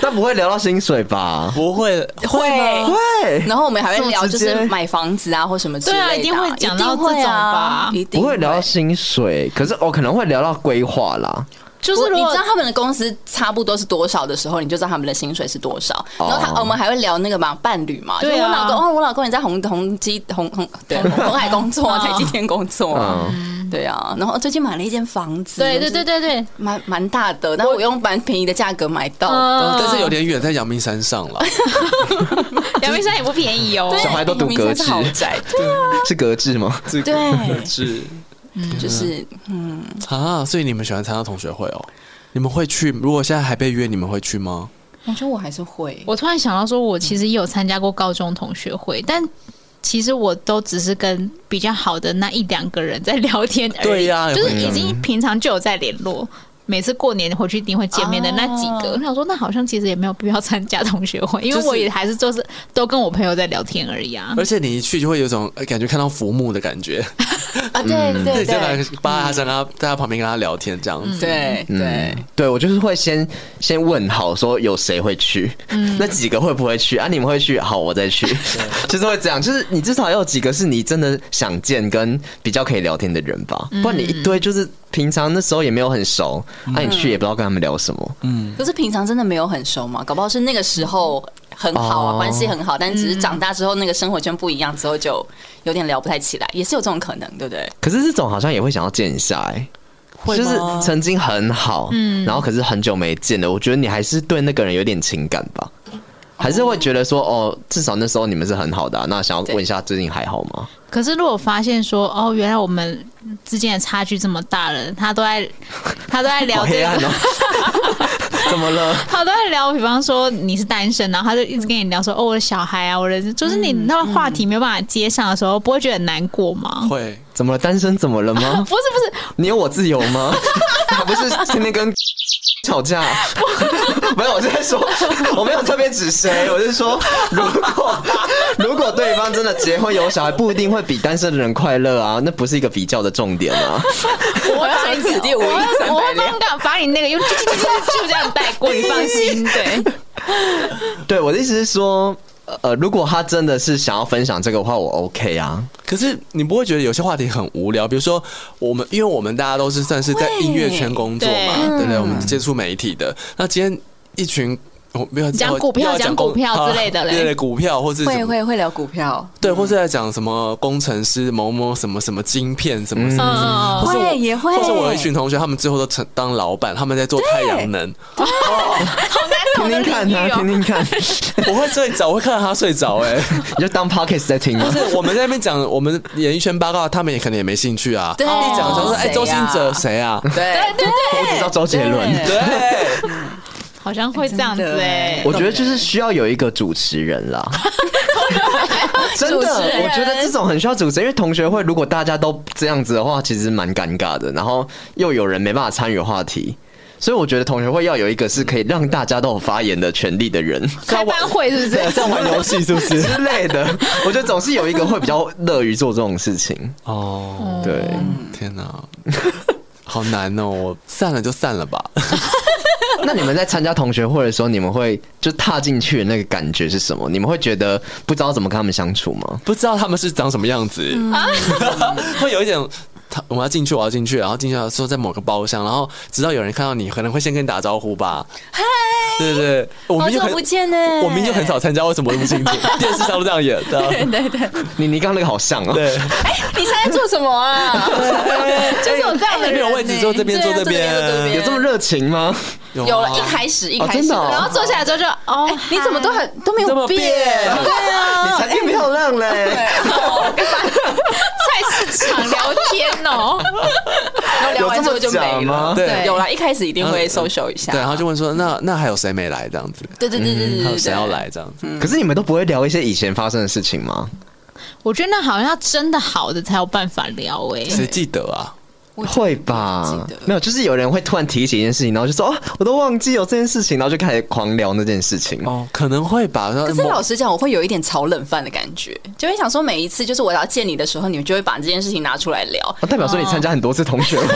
[SPEAKER 1] 但不会聊到薪水吧？
[SPEAKER 3] 不会
[SPEAKER 5] 会
[SPEAKER 3] 哎
[SPEAKER 1] 会，
[SPEAKER 5] 然后我们还
[SPEAKER 1] 这
[SPEAKER 5] 会
[SPEAKER 1] 么
[SPEAKER 5] 聊，
[SPEAKER 1] 直
[SPEAKER 5] 就
[SPEAKER 1] 接
[SPEAKER 5] 是买房子啊，或什么之类
[SPEAKER 6] 对
[SPEAKER 5] 的
[SPEAKER 6] 啊
[SPEAKER 5] 啊，
[SPEAKER 6] 一定会讲到这种
[SPEAKER 5] 一定会啊
[SPEAKER 6] 吧
[SPEAKER 5] 一定
[SPEAKER 1] 不会聊到薪水，可是我、可能会聊到规划啦。
[SPEAKER 6] 就
[SPEAKER 5] 就是是
[SPEAKER 6] 如
[SPEAKER 5] 你
[SPEAKER 6] 果
[SPEAKER 5] 知道他们的公司差不多是多少的时候，你就知道他们的薪水是多少。然后他、我们还会聊那个嘛伴侣嘛，就
[SPEAKER 6] 对啊
[SPEAKER 5] 是我老公哦，我老公也在红红基红红对红红海工作啊，台积电工作啊，
[SPEAKER 1] 嗯
[SPEAKER 5] 对啊。然后最近买了一间房子，
[SPEAKER 6] 对对对
[SPEAKER 5] 对，
[SPEAKER 6] 对对，
[SPEAKER 5] 蛮蛮大的，但我用蛮便宜的价格买到的。
[SPEAKER 3] 但是有点远，在阳明山上
[SPEAKER 5] [laughs]
[SPEAKER 3] 了。
[SPEAKER 6] [laughs] 杨明山也不便宜哦。
[SPEAKER 1] 小孩都读格
[SPEAKER 5] 子
[SPEAKER 1] 致
[SPEAKER 5] 豪宅，对
[SPEAKER 1] 是格致吗？
[SPEAKER 5] 对，
[SPEAKER 3] 是
[SPEAKER 5] 就是
[SPEAKER 3] 啊，所以你们喜欢参加同学会哦？你们会去？如果现在还被约，你们会去吗？
[SPEAKER 5] 我觉得我还是会，
[SPEAKER 6] 我突然想到，说我其实也有参加过高中同学会，但其实我都只是跟比较好的那一两个人在聊天而已，
[SPEAKER 3] 对呀
[SPEAKER 6] 就是
[SPEAKER 3] 也
[SPEAKER 6] 已经平常就有在联络。每次过年回去一定会见面的那几个。我想说，那好像其实也没有必要参加同学会，因为
[SPEAKER 3] 嗯就是呃
[SPEAKER 6] 我也还是就是都跟我朋友在聊天而已啊。
[SPEAKER 5] 嗯
[SPEAKER 3] 而且你一去就会有一种呃感觉看到浮木的感觉，
[SPEAKER 5] 啊，对对
[SPEAKER 3] [laughs] 你在
[SPEAKER 5] 对嗯
[SPEAKER 3] 那扒他在他在他旁边跟他聊天这样子。
[SPEAKER 5] 对对，
[SPEAKER 1] 嗯对我就是会先先问好说有谁会去，那几个会不会去啊？你们会去，好我再去， [laughs] 就是会这样，就是你至少要有几个是你真的想见跟比较可以聊天的人吧，不然你一堆就是平常那时候也没有很熟，啊你去也不知道跟他们聊什么，
[SPEAKER 3] 嗯
[SPEAKER 5] 可是平常真的没有很熟嘛，搞不好是那个时候很好啊，
[SPEAKER 1] 哦
[SPEAKER 5] 关系很好，但只是长大之后那个生活圈不一样之后就有点聊不太起来，也是有这种可能，对不对？
[SPEAKER 1] 可是这种好像也会想要见一下哎、
[SPEAKER 3] 吗
[SPEAKER 1] 就是曾经很好，然后可是很久没见了，我觉得你还是对那个人有点情感吧，还是会觉得说哦，至少那时候你们是很好的啊、那想要问一下最近还好吗？
[SPEAKER 6] 可是如果发现说，哦，原来我们之间的差距这么大了，他都在他都在
[SPEAKER 1] 好
[SPEAKER 6] 聊
[SPEAKER 3] [laughs]
[SPEAKER 6] 这
[SPEAKER 1] 黑暗
[SPEAKER 6] [laughs] 个
[SPEAKER 1] 哦。 [laughs] 怎么了？
[SPEAKER 6] 好多人聊，比方说你是单身，然后他就一直跟你聊说，哦，我的小孩啊，我的，就是你那个话题没有办法接上的时候，不会觉得很难过吗？
[SPEAKER 3] 会，
[SPEAKER 1] 怎么了？单身怎么了吗？
[SPEAKER 6] 不是不是，
[SPEAKER 1] 你有我自由
[SPEAKER 3] [laughs]
[SPEAKER 1] 吗？还不是天天跟 [laughs] 吵架？没有，我是在说，我没有特别指谁，我是说，如果如果对方真的结婚有小孩，不一定会比单身的人快乐啊，那不是一个比较的重点啊。
[SPEAKER 5] 我要想此地无
[SPEAKER 6] 我
[SPEAKER 5] 银三
[SPEAKER 6] 会我
[SPEAKER 5] 百
[SPEAKER 6] 会
[SPEAKER 5] 两。
[SPEAKER 6] 刚刚把你那个又就这样带过，你放心。对，
[SPEAKER 1] 对，我的意思是说，呃，如果他真的是想要分享这个的话，我 OK 啊。
[SPEAKER 3] 可是你不会觉得有些话题很无聊？比如说我们，因为我们大家都是算是在音乐圈工作嘛，
[SPEAKER 6] 对嗯
[SPEAKER 3] 对不对？我们接触媒体的，那今天一群。我没有
[SPEAKER 6] 讲股票
[SPEAKER 3] 要
[SPEAKER 6] 讲
[SPEAKER 3] 公
[SPEAKER 6] 股票
[SPEAKER 3] 好
[SPEAKER 6] 之类的嘞
[SPEAKER 3] 对对，股票或是什
[SPEAKER 5] 会
[SPEAKER 3] 么
[SPEAKER 5] 会会聊股票，
[SPEAKER 3] 对，或是在讲什么工程师某某什么什么晶片什么什么，
[SPEAKER 6] 嗯，
[SPEAKER 3] 或是我
[SPEAKER 5] 也会
[SPEAKER 3] 或是我有一群同学，他们最后都成当老板，他们在做太阳能。
[SPEAKER 1] 听听看
[SPEAKER 3] 哦
[SPEAKER 1] 啊，听听看，
[SPEAKER 3] [laughs] 我会睡着，我会看到他睡着、
[SPEAKER 6] [laughs]
[SPEAKER 3] 哎，
[SPEAKER 1] 你就当 podcast 在听啊
[SPEAKER 3] 不。是我们在那边讲我们演艺圈八卦，他们也可能也没兴趣啊。
[SPEAKER 5] 对，
[SPEAKER 3] 一讲就
[SPEAKER 6] 哦
[SPEAKER 5] 就
[SPEAKER 3] 哎，
[SPEAKER 5] 是
[SPEAKER 3] 周星哲谁啊？
[SPEAKER 5] 对对
[SPEAKER 1] 我只知道周杰伦。
[SPEAKER 5] 对
[SPEAKER 6] [laughs]
[SPEAKER 3] 对，
[SPEAKER 6] 好像会这样子
[SPEAKER 5] 真的
[SPEAKER 6] 哎
[SPEAKER 5] 欸。
[SPEAKER 1] 我觉得就是需要有一个主持人 [laughs] 啦，真的，
[SPEAKER 5] 主持人
[SPEAKER 1] 我觉得这种很需要主持人，因为同学会如果大家都这样子的话，其实蛮尴尬的，然后又有人没办法参与话题。所以我觉得同学会要有一个是可以让大家都有发言的权利的人
[SPEAKER 6] 开班会是不是？
[SPEAKER 3] 在玩游戏是不是？
[SPEAKER 1] 之类的，我觉得总是有一个会比较乐于做这种事情。
[SPEAKER 3] 哦，
[SPEAKER 1] 对，
[SPEAKER 3] 天哪、好难哦！我散了就散了吧。
[SPEAKER 1] 那你们在参加同学会的时候，你们会就踏进去的那个感觉是什么？你们会觉得不知道怎么跟他们相处吗？
[SPEAKER 3] 不知道他们是长什么样子，会有一点。他我要进去，我要进去，然后进去的时候在某个包厢，然后直到有人看到你，可能会先跟你打招呼吧。嗨，对对对，我
[SPEAKER 5] 好
[SPEAKER 3] 们就
[SPEAKER 5] 久
[SPEAKER 3] 很
[SPEAKER 5] 不见呢，
[SPEAKER 3] 我明明就很少参加，为什么我都不清楚？电视上都这样演的。
[SPEAKER 5] 对对，
[SPEAKER 1] 你你刚刚那个好像哦、
[SPEAKER 3] 对，
[SPEAKER 5] [laughs] 你现在做什么
[SPEAKER 3] [laughs]
[SPEAKER 5] 啊？
[SPEAKER 6] 就是有这样
[SPEAKER 3] 那
[SPEAKER 6] 的
[SPEAKER 3] 边
[SPEAKER 6] 人
[SPEAKER 3] 有位置，坐这边，坐
[SPEAKER 5] 对啊
[SPEAKER 3] 这
[SPEAKER 5] 坐这边坐这
[SPEAKER 3] 边
[SPEAKER 5] 边，
[SPEAKER 1] 有这么热情
[SPEAKER 3] [laughs]
[SPEAKER 1] 吗？
[SPEAKER 5] 有了
[SPEAKER 3] 啊
[SPEAKER 5] 一开始一
[SPEAKER 1] 哦
[SPEAKER 5] 开始
[SPEAKER 1] 真的哦
[SPEAKER 6] 然后坐下来之后就哦，
[SPEAKER 5] 你怎么都很都没
[SPEAKER 3] 这么
[SPEAKER 5] 有
[SPEAKER 3] 变
[SPEAKER 5] 变， [laughs] 对啊，
[SPEAKER 1] 才变漂亮嘞！
[SPEAKER 6] 菜市场聊天哦，
[SPEAKER 5] 然后聊
[SPEAKER 1] 有
[SPEAKER 5] 完
[SPEAKER 1] 这
[SPEAKER 5] 之后
[SPEAKER 1] 么
[SPEAKER 5] 就没
[SPEAKER 1] 假
[SPEAKER 5] 了
[SPEAKER 1] 吗？。
[SPEAKER 3] 对
[SPEAKER 5] 有啦，一开始一定会 social 一下，
[SPEAKER 3] 嗯对，然后就问说，那那还有谁没来这样子？
[SPEAKER 5] 对对对对对
[SPEAKER 3] 还
[SPEAKER 5] 对，
[SPEAKER 3] 有
[SPEAKER 5] 对
[SPEAKER 3] 谁要？来这样子？
[SPEAKER 1] 可是你们都不会聊一些以前发生的事情吗？
[SPEAKER 6] 我觉得那好像要真的好的才有办法聊哎。
[SPEAKER 3] 谁记得啊？
[SPEAKER 1] 会吧
[SPEAKER 5] 记得？
[SPEAKER 1] 没有，就是有人会突然提起一件事情，然后就说啊，我都忘记有这件事情，然后就开始狂聊那件事情。
[SPEAKER 3] 哦，可能会吧。可
[SPEAKER 5] 可是老实讲，我会有一点炒冷饭的感觉，就会想说，每一次就是我要见你的时候，你们就会把这件事情拿出来聊。
[SPEAKER 1] 啊代表说你参加很多次同学
[SPEAKER 3] [laughs]
[SPEAKER 1] 会，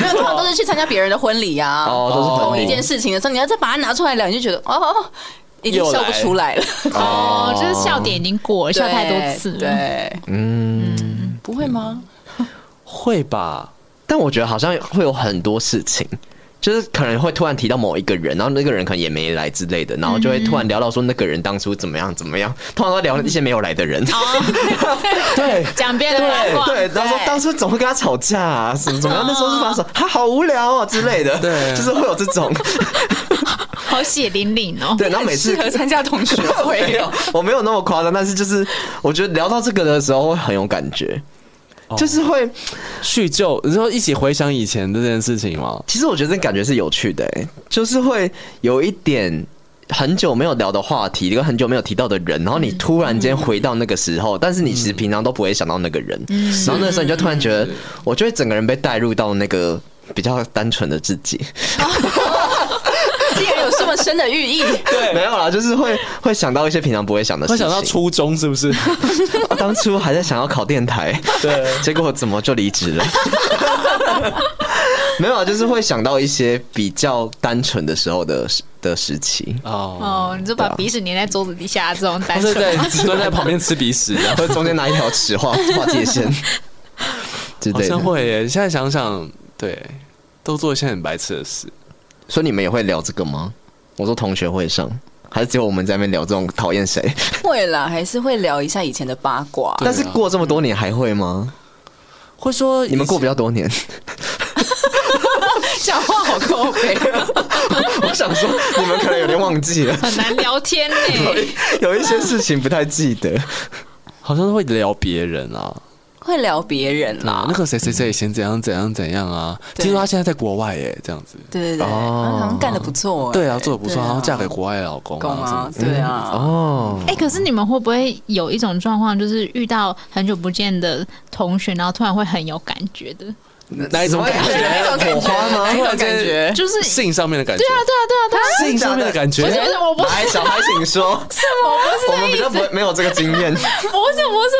[SPEAKER 5] 没有，通常都是去参加别人的婚礼啊，
[SPEAKER 1] 哦都是
[SPEAKER 5] 同
[SPEAKER 1] 婚礼
[SPEAKER 5] 一件事情的时候，你要再把它拿出来聊，你就觉得哦，已经
[SPEAKER 3] 又
[SPEAKER 5] 笑不
[SPEAKER 3] 来
[SPEAKER 5] 出来
[SPEAKER 6] [laughs]
[SPEAKER 5] 了，
[SPEAKER 6] 哦，就是笑点已经过了，笑太多次
[SPEAKER 5] 对
[SPEAKER 6] 了。
[SPEAKER 5] 对，
[SPEAKER 1] 嗯，
[SPEAKER 5] 不会吗？
[SPEAKER 3] 会吧？
[SPEAKER 1] 但我觉得好像会有很多事情。就是可能会突然提到某一个人，然后那个人可能也没来之类的，然后就会突然聊到说那个人当初怎么样怎么样，通常都聊一些没有来的人。
[SPEAKER 3] [laughs]
[SPEAKER 1] 对，
[SPEAKER 6] 讲
[SPEAKER 1] [laughs]
[SPEAKER 6] 别人的八卦，
[SPEAKER 1] 对，然后说
[SPEAKER 5] 对
[SPEAKER 1] 当初怎么会跟他吵架啊？什么怎么样？那时候是发生 [laughs] 什么他好无聊啊之类的，
[SPEAKER 3] 对
[SPEAKER 1] 就是会有这 [laughs] 种，
[SPEAKER 6] 好血淋淋哦。
[SPEAKER 1] 对，然后每次
[SPEAKER 5] 适合参加同学
[SPEAKER 1] [laughs]
[SPEAKER 5] 会哦。
[SPEAKER 1] 我没有那么夸张，但是就是我觉得聊到这个的时候会很有感觉。就是会，
[SPEAKER 3] 叙旧，你说一起回想以前这件事情吗？
[SPEAKER 1] 其实我觉得这感觉是有趣的、欸，就是会有一点很久没有聊的话题，一个很久没有提到的人，然后你突然间回到那个时候，但是你其嗯实平常都不会想到那个人，然后那时候你就突然觉得，我就会整个人被带入到那个比较单纯的自己。
[SPEAKER 5] 竟然有这么深的寓意，
[SPEAKER 3] 对
[SPEAKER 1] 没有啦，就是会会想到一些平常不会想的事
[SPEAKER 3] 会
[SPEAKER 1] 情。
[SPEAKER 3] 想到初中是不是？
[SPEAKER 1] [laughs] 当初还在想要考电台，
[SPEAKER 3] [laughs] 对，
[SPEAKER 1] 结果怎么就离职了？ [laughs] 没有啊，就是会想到一些比较单纯的时候的时的时期。
[SPEAKER 3] 哦，
[SPEAKER 6] 哦，你就把鼻屎粘在桌子底下这种单
[SPEAKER 3] 他是
[SPEAKER 6] 纯
[SPEAKER 3] 在
[SPEAKER 6] 吗，
[SPEAKER 3] 蹲在旁边吃鼻屎 [laughs] 啊，
[SPEAKER 1] 或者中间拿一条尺画画界
[SPEAKER 3] [laughs]
[SPEAKER 1] 限之
[SPEAKER 3] 好
[SPEAKER 1] 类
[SPEAKER 3] 像
[SPEAKER 1] 的。
[SPEAKER 3] 会耶。现在想想，对，都做一些很白痴的事。
[SPEAKER 1] 所以你们也会聊这个吗？我说同学会上，还是只有我们在那边聊这种讨厌谁？
[SPEAKER 3] 啊
[SPEAKER 5] 会啦，还是会聊一下以前的八卦。
[SPEAKER 3] 对
[SPEAKER 1] 但
[SPEAKER 3] 啊
[SPEAKER 1] 是过这么多年还会吗？
[SPEAKER 3] 会说
[SPEAKER 1] 你们过比较多年，
[SPEAKER 5] 讲话好啊高飞，
[SPEAKER 1] [laughs] 我想说你们可能有点忘记了， [laughs]
[SPEAKER 6] [laughs] 很难聊
[SPEAKER 3] [laughs]
[SPEAKER 6] 天呢、
[SPEAKER 1] 有一些事情不太记得。
[SPEAKER 3] 好像会聊别人啊，
[SPEAKER 5] 会聊别人
[SPEAKER 3] 啊
[SPEAKER 5] 啦，
[SPEAKER 3] 那。个谁谁谁以前怎样怎样怎样啊，
[SPEAKER 5] 对
[SPEAKER 3] 听说他现在在国外耶，这样子。
[SPEAKER 5] 对对对，
[SPEAKER 1] 哦
[SPEAKER 5] 好像干的不错欸。
[SPEAKER 3] 嗯对啊，做的不错，
[SPEAKER 5] 对啊
[SPEAKER 3] 然后嫁给国外的老公
[SPEAKER 5] 公
[SPEAKER 3] 啊什么
[SPEAKER 5] 啊
[SPEAKER 3] 的，，
[SPEAKER 5] 对啊，
[SPEAKER 1] 嗯哦，
[SPEAKER 6] 哎、可是你们会不会有一种状况，就是遇到很久不见的同学，然后突然会很有感觉的？
[SPEAKER 3] 哪一种感觉？
[SPEAKER 1] 火花吗？
[SPEAKER 5] 那种感觉
[SPEAKER 6] 就是
[SPEAKER 3] 性上面的感觉，
[SPEAKER 6] 对啊，对啊，
[SPEAKER 3] 哎性上面的感觉
[SPEAKER 6] 对啊，不。是不是，我不是
[SPEAKER 1] 来，小孩请说，
[SPEAKER 6] 我
[SPEAKER 1] 我
[SPEAKER 6] 不
[SPEAKER 1] 们
[SPEAKER 6] 是
[SPEAKER 1] 比
[SPEAKER 6] 这
[SPEAKER 1] 较
[SPEAKER 6] 个意
[SPEAKER 1] 不
[SPEAKER 6] 思，
[SPEAKER 1] 会没有这个经
[SPEAKER 6] [laughs]
[SPEAKER 1] 验。
[SPEAKER 6] 不是不是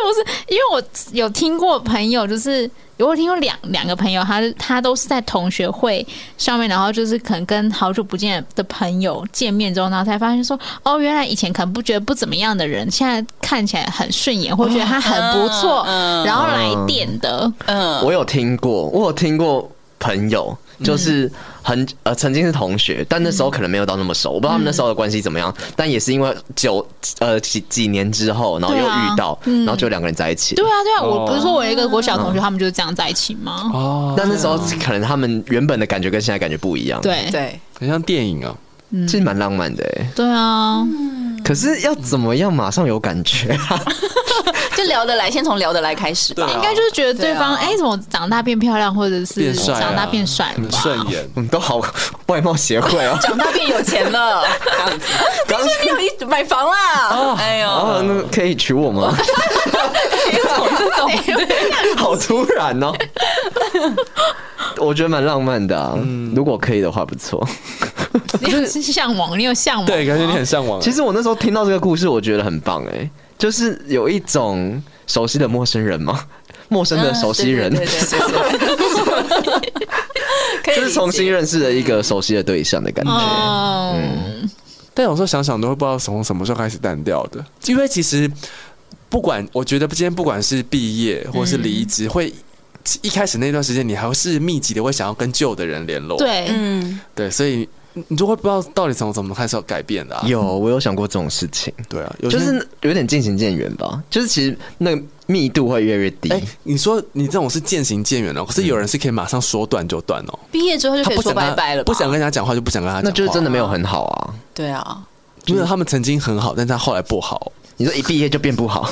[SPEAKER 6] 不是，因为我有听过朋友，就是我有听过两两个朋友，他他都是在同学会上面，然后就是可能跟好久不见的朋友见面之后，然后才发现说，哦，原来以前可能不觉得不怎么样的人，现在看起来很顺眼，或觉得他很不错，
[SPEAKER 5] 哦嗯嗯
[SPEAKER 6] 然后来电的，
[SPEAKER 5] 嗯，
[SPEAKER 1] 我有听过，我有听过朋友，
[SPEAKER 6] 嗯
[SPEAKER 1] 就是很呃曾经是同学，但那时候可能没有到那么熟，我不知
[SPEAKER 6] 嗯
[SPEAKER 1] 道他们那时候的关系怎么样。但也是因为久呃几几年之后，然后又
[SPEAKER 6] 对啊
[SPEAKER 1] 遇到，
[SPEAKER 6] 嗯
[SPEAKER 1] 然后就两个人在一起
[SPEAKER 6] 对。啊对啊，
[SPEAKER 3] 哦
[SPEAKER 6] 我不是说我有一个国小同学，他们就是这样在一起吗？
[SPEAKER 3] 哦，
[SPEAKER 1] 但那时候可能他们原本的感觉跟现在感觉不一样，，
[SPEAKER 6] 对
[SPEAKER 5] 对，
[SPEAKER 3] 很像电影啊，
[SPEAKER 1] 其实蛮浪漫的欸。
[SPEAKER 6] 对啊，
[SPEAKER 5] 嗯
[SPEAKER 1] 可是要怎么样马上有感觉啊？ [laughs]
[SPEAKER 5] 就聊得来，先从聊得来开始吧。
[SPEAKER 3] 对啊
[SPEAKER 6] 应该就是觉得对方
[SPEAKER 5] 对啊
[SPEAKER 6] 哎、怎么长大变漂亮，或者是
[SPEAKER 3] 变帅啊
[SPEAKER 6] 长大变帅
[SPEAKER 3] 很
[SPEAKER 6] 吧？
[SPEAKER 3] 顺眼。
[SPEAKER 1] 我们都好外貌协会哦。
[SPEAKER 5] 长大变有钱了，这样子。
[SPEAKER 1] 刚
[SPEAKER 5] 你有一买房啦！哎呦，
[SPEAKER 1] 哦，那可以娶我吗？
[SPEAKER 5] 这种
[SPEAKER 3] [laughs]
[SPEAKER 1] 好突然哦！我觉得蛮浪漫的、啊，
[SPEAKER 3] 嗯
[SPEAKER 1] 如果可以的话，不错。
[SPEAKER 6] [laughs] 你有向往，你有向往吗，
[SPEAKER 3] 对，感觉你很向往啊。
[SPEAKER 1] 其实我那时候听到这个故事，我觉得很棒哎、就是有一种熟悉的陌生人嘛，陌生的熟悉人，
[SPEAKER 5] 嗯对对对对对可
[SPEAKER 1] [laughs]
[SPEAKER 5] 以
[SPEAKER 1] 就是重新
[SPEAKER 5] 理解
[SPEAKER 1] 认识了一个熟悉的对象的感觉。
[SPEAKER 5] 哦
[SPEAKER 6] 嗯，
[SPEAKER 3] 但有时候想想都会不知道从什么时候开始淡掉的，因为其实不管我觉得今天不管是毕业或是离职，会一开始那段时间你还是密集的会想要跟旧的人联络，
[SPEAKER 6] 对，
[SPEAKER 5] 嗯，
[SPEAKER 3] 对，所以你你就会不知道到底从怎么开始有改变的、啊，
[SPEAKER 1] 有，我有想过这种事情，
[SPEAKER 3] 对啊，有些
[SPEAKER 1] 就是有点渐行渐远吧。就是其实那个密度会越来越低。
[SPEAKER 3] 哎、你说你这种是渐行渐远的，可是有人是可以马上说断就断哦，
[SPEAKER 5] 毕业之后就
[SPEAKER 3] 他
[SPEAKER 5] 可以
[SPEAKER 3] 不
[SPEAKER 5] 说
[SPEAKER 3] 想跟
[SPEAKER 5] 拜
[SPEAKER 3] 他
[SPEAKER 5] 拜了吧，
[SPEAKER 3] 不想跟人家讲话就不想跟他讲话，
[SPEAKER 1] 那就是真的没有很好啊！
[SPEAKER 5] 对啊，
[SPEAKER 3] 因为他们曾经很好，但是他后来不好，
[SPEAKER 1] 你说一毕业就变不
[SPEAKER 5] [laughs]
[SPEAKER 1] 好，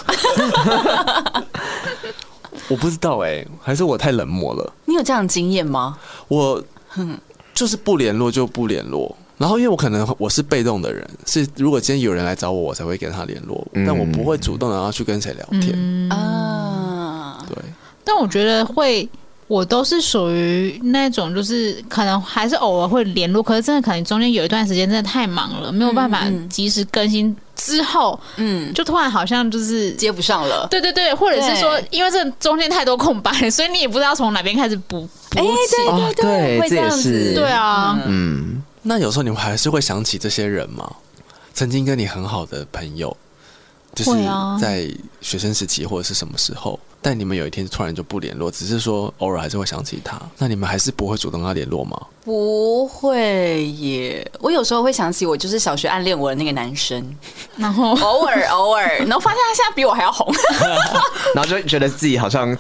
[SPEAKER 3] 我不知道哎、还是我太冷漠了。
[SPEAKER 5] 你有这样的经验吗？
[SPEAKER 3] 我
[SPEAKER 6] 嗯
[SPEAKER 3] 就是不联络就不联络。然后，因为我可能我是被动的人，是如果今天有人来找我，我才会跟他联络，
[SPEAKER 1] 嗯
[SPEAKER 3] 但我不会主动的要去跟谁聊天。
[SPEAKER 6] 嗯
[SPEAKER 5] 啊，
[SPEAKER 3] 对，
[SPEAKER 6] 但我觉得会。我都是属于那种，就是可能还是偶尔会联络，可是真的可能中间有一段时间真的太忙了，没有办法
[SPEAKER 5] 嗯嗯
[SPEAKER 6] 及时更新。之后
[SPEAKER 5] 嗯，
[SPEAKER 6] 就突然好像就是，
[SPEAKER 5] 接不上了。
[SPEAKER 6] 对对对，或者是说
[SPEAKER 5] 对，
[SPEAKER 6] 因为这中间太多空白了，所以你也不知道从哪边开始补补起。
[SPEAKER 1] 哦对
[SPEAKER 5] 会
[SPEAKER 1] 这
[SPEAKER 5] 这
[SPEAKER 1] 也
[SPEAKER 5] 样子
[SPEAKER 1] 是，
[SPEAKER 6] 对啊，
[SPEAKER 1] 嗯，
[SPEAKER 3] 那有时候你们还是会想起这些人吗？曾经跟你很好的朋友，就是
[SPEAKER 6] 会啊
[SPEAKER 3] 在学生时期或者是什么时候，但你们有一天突然就不联络，只是说偶尔还是会想起他。那你们还是不会主动跟他联络吗？
[SPEAKER 5] 不会耶。我有时候会想起我就是小学暗恋我的那个男生，
[SPEAKER 6] 然后
[SPEAKER 5] 偶尔 [laughs] 偶尔，然后发现他现在比我还要红。
[SPEAKER 1] 然后就觉得自己好像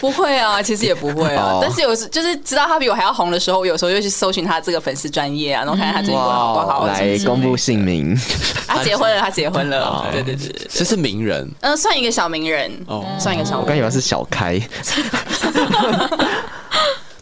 [SPEAKER 5] 不会啊，其实也不会啊
[SPEAKER 1] 哦。
[SPEAKER 5] 但是有时就是知道他比我还要红的时候，我有时候就去搜寻他这个粉丝专业啊，然后看看他最近过得好不好。
[SPEAKER 1] 来公布姓名，
[SPEAKER 5] 他结婚了，他结婚了。对对对对，
[SPEAKER 3] 这哦是名人
[SPEAKER 5] 嗯，算一个小名人，
[SPEAKER 3] 哦，
[SPEAKER 5] 算一个小
[SPEAKER 1] 我
[SPEAKER 5] 名
[SPEAKER 1] 刚以
[SPEAKER 5] 人。
[SPEAKER 1] 为是小开，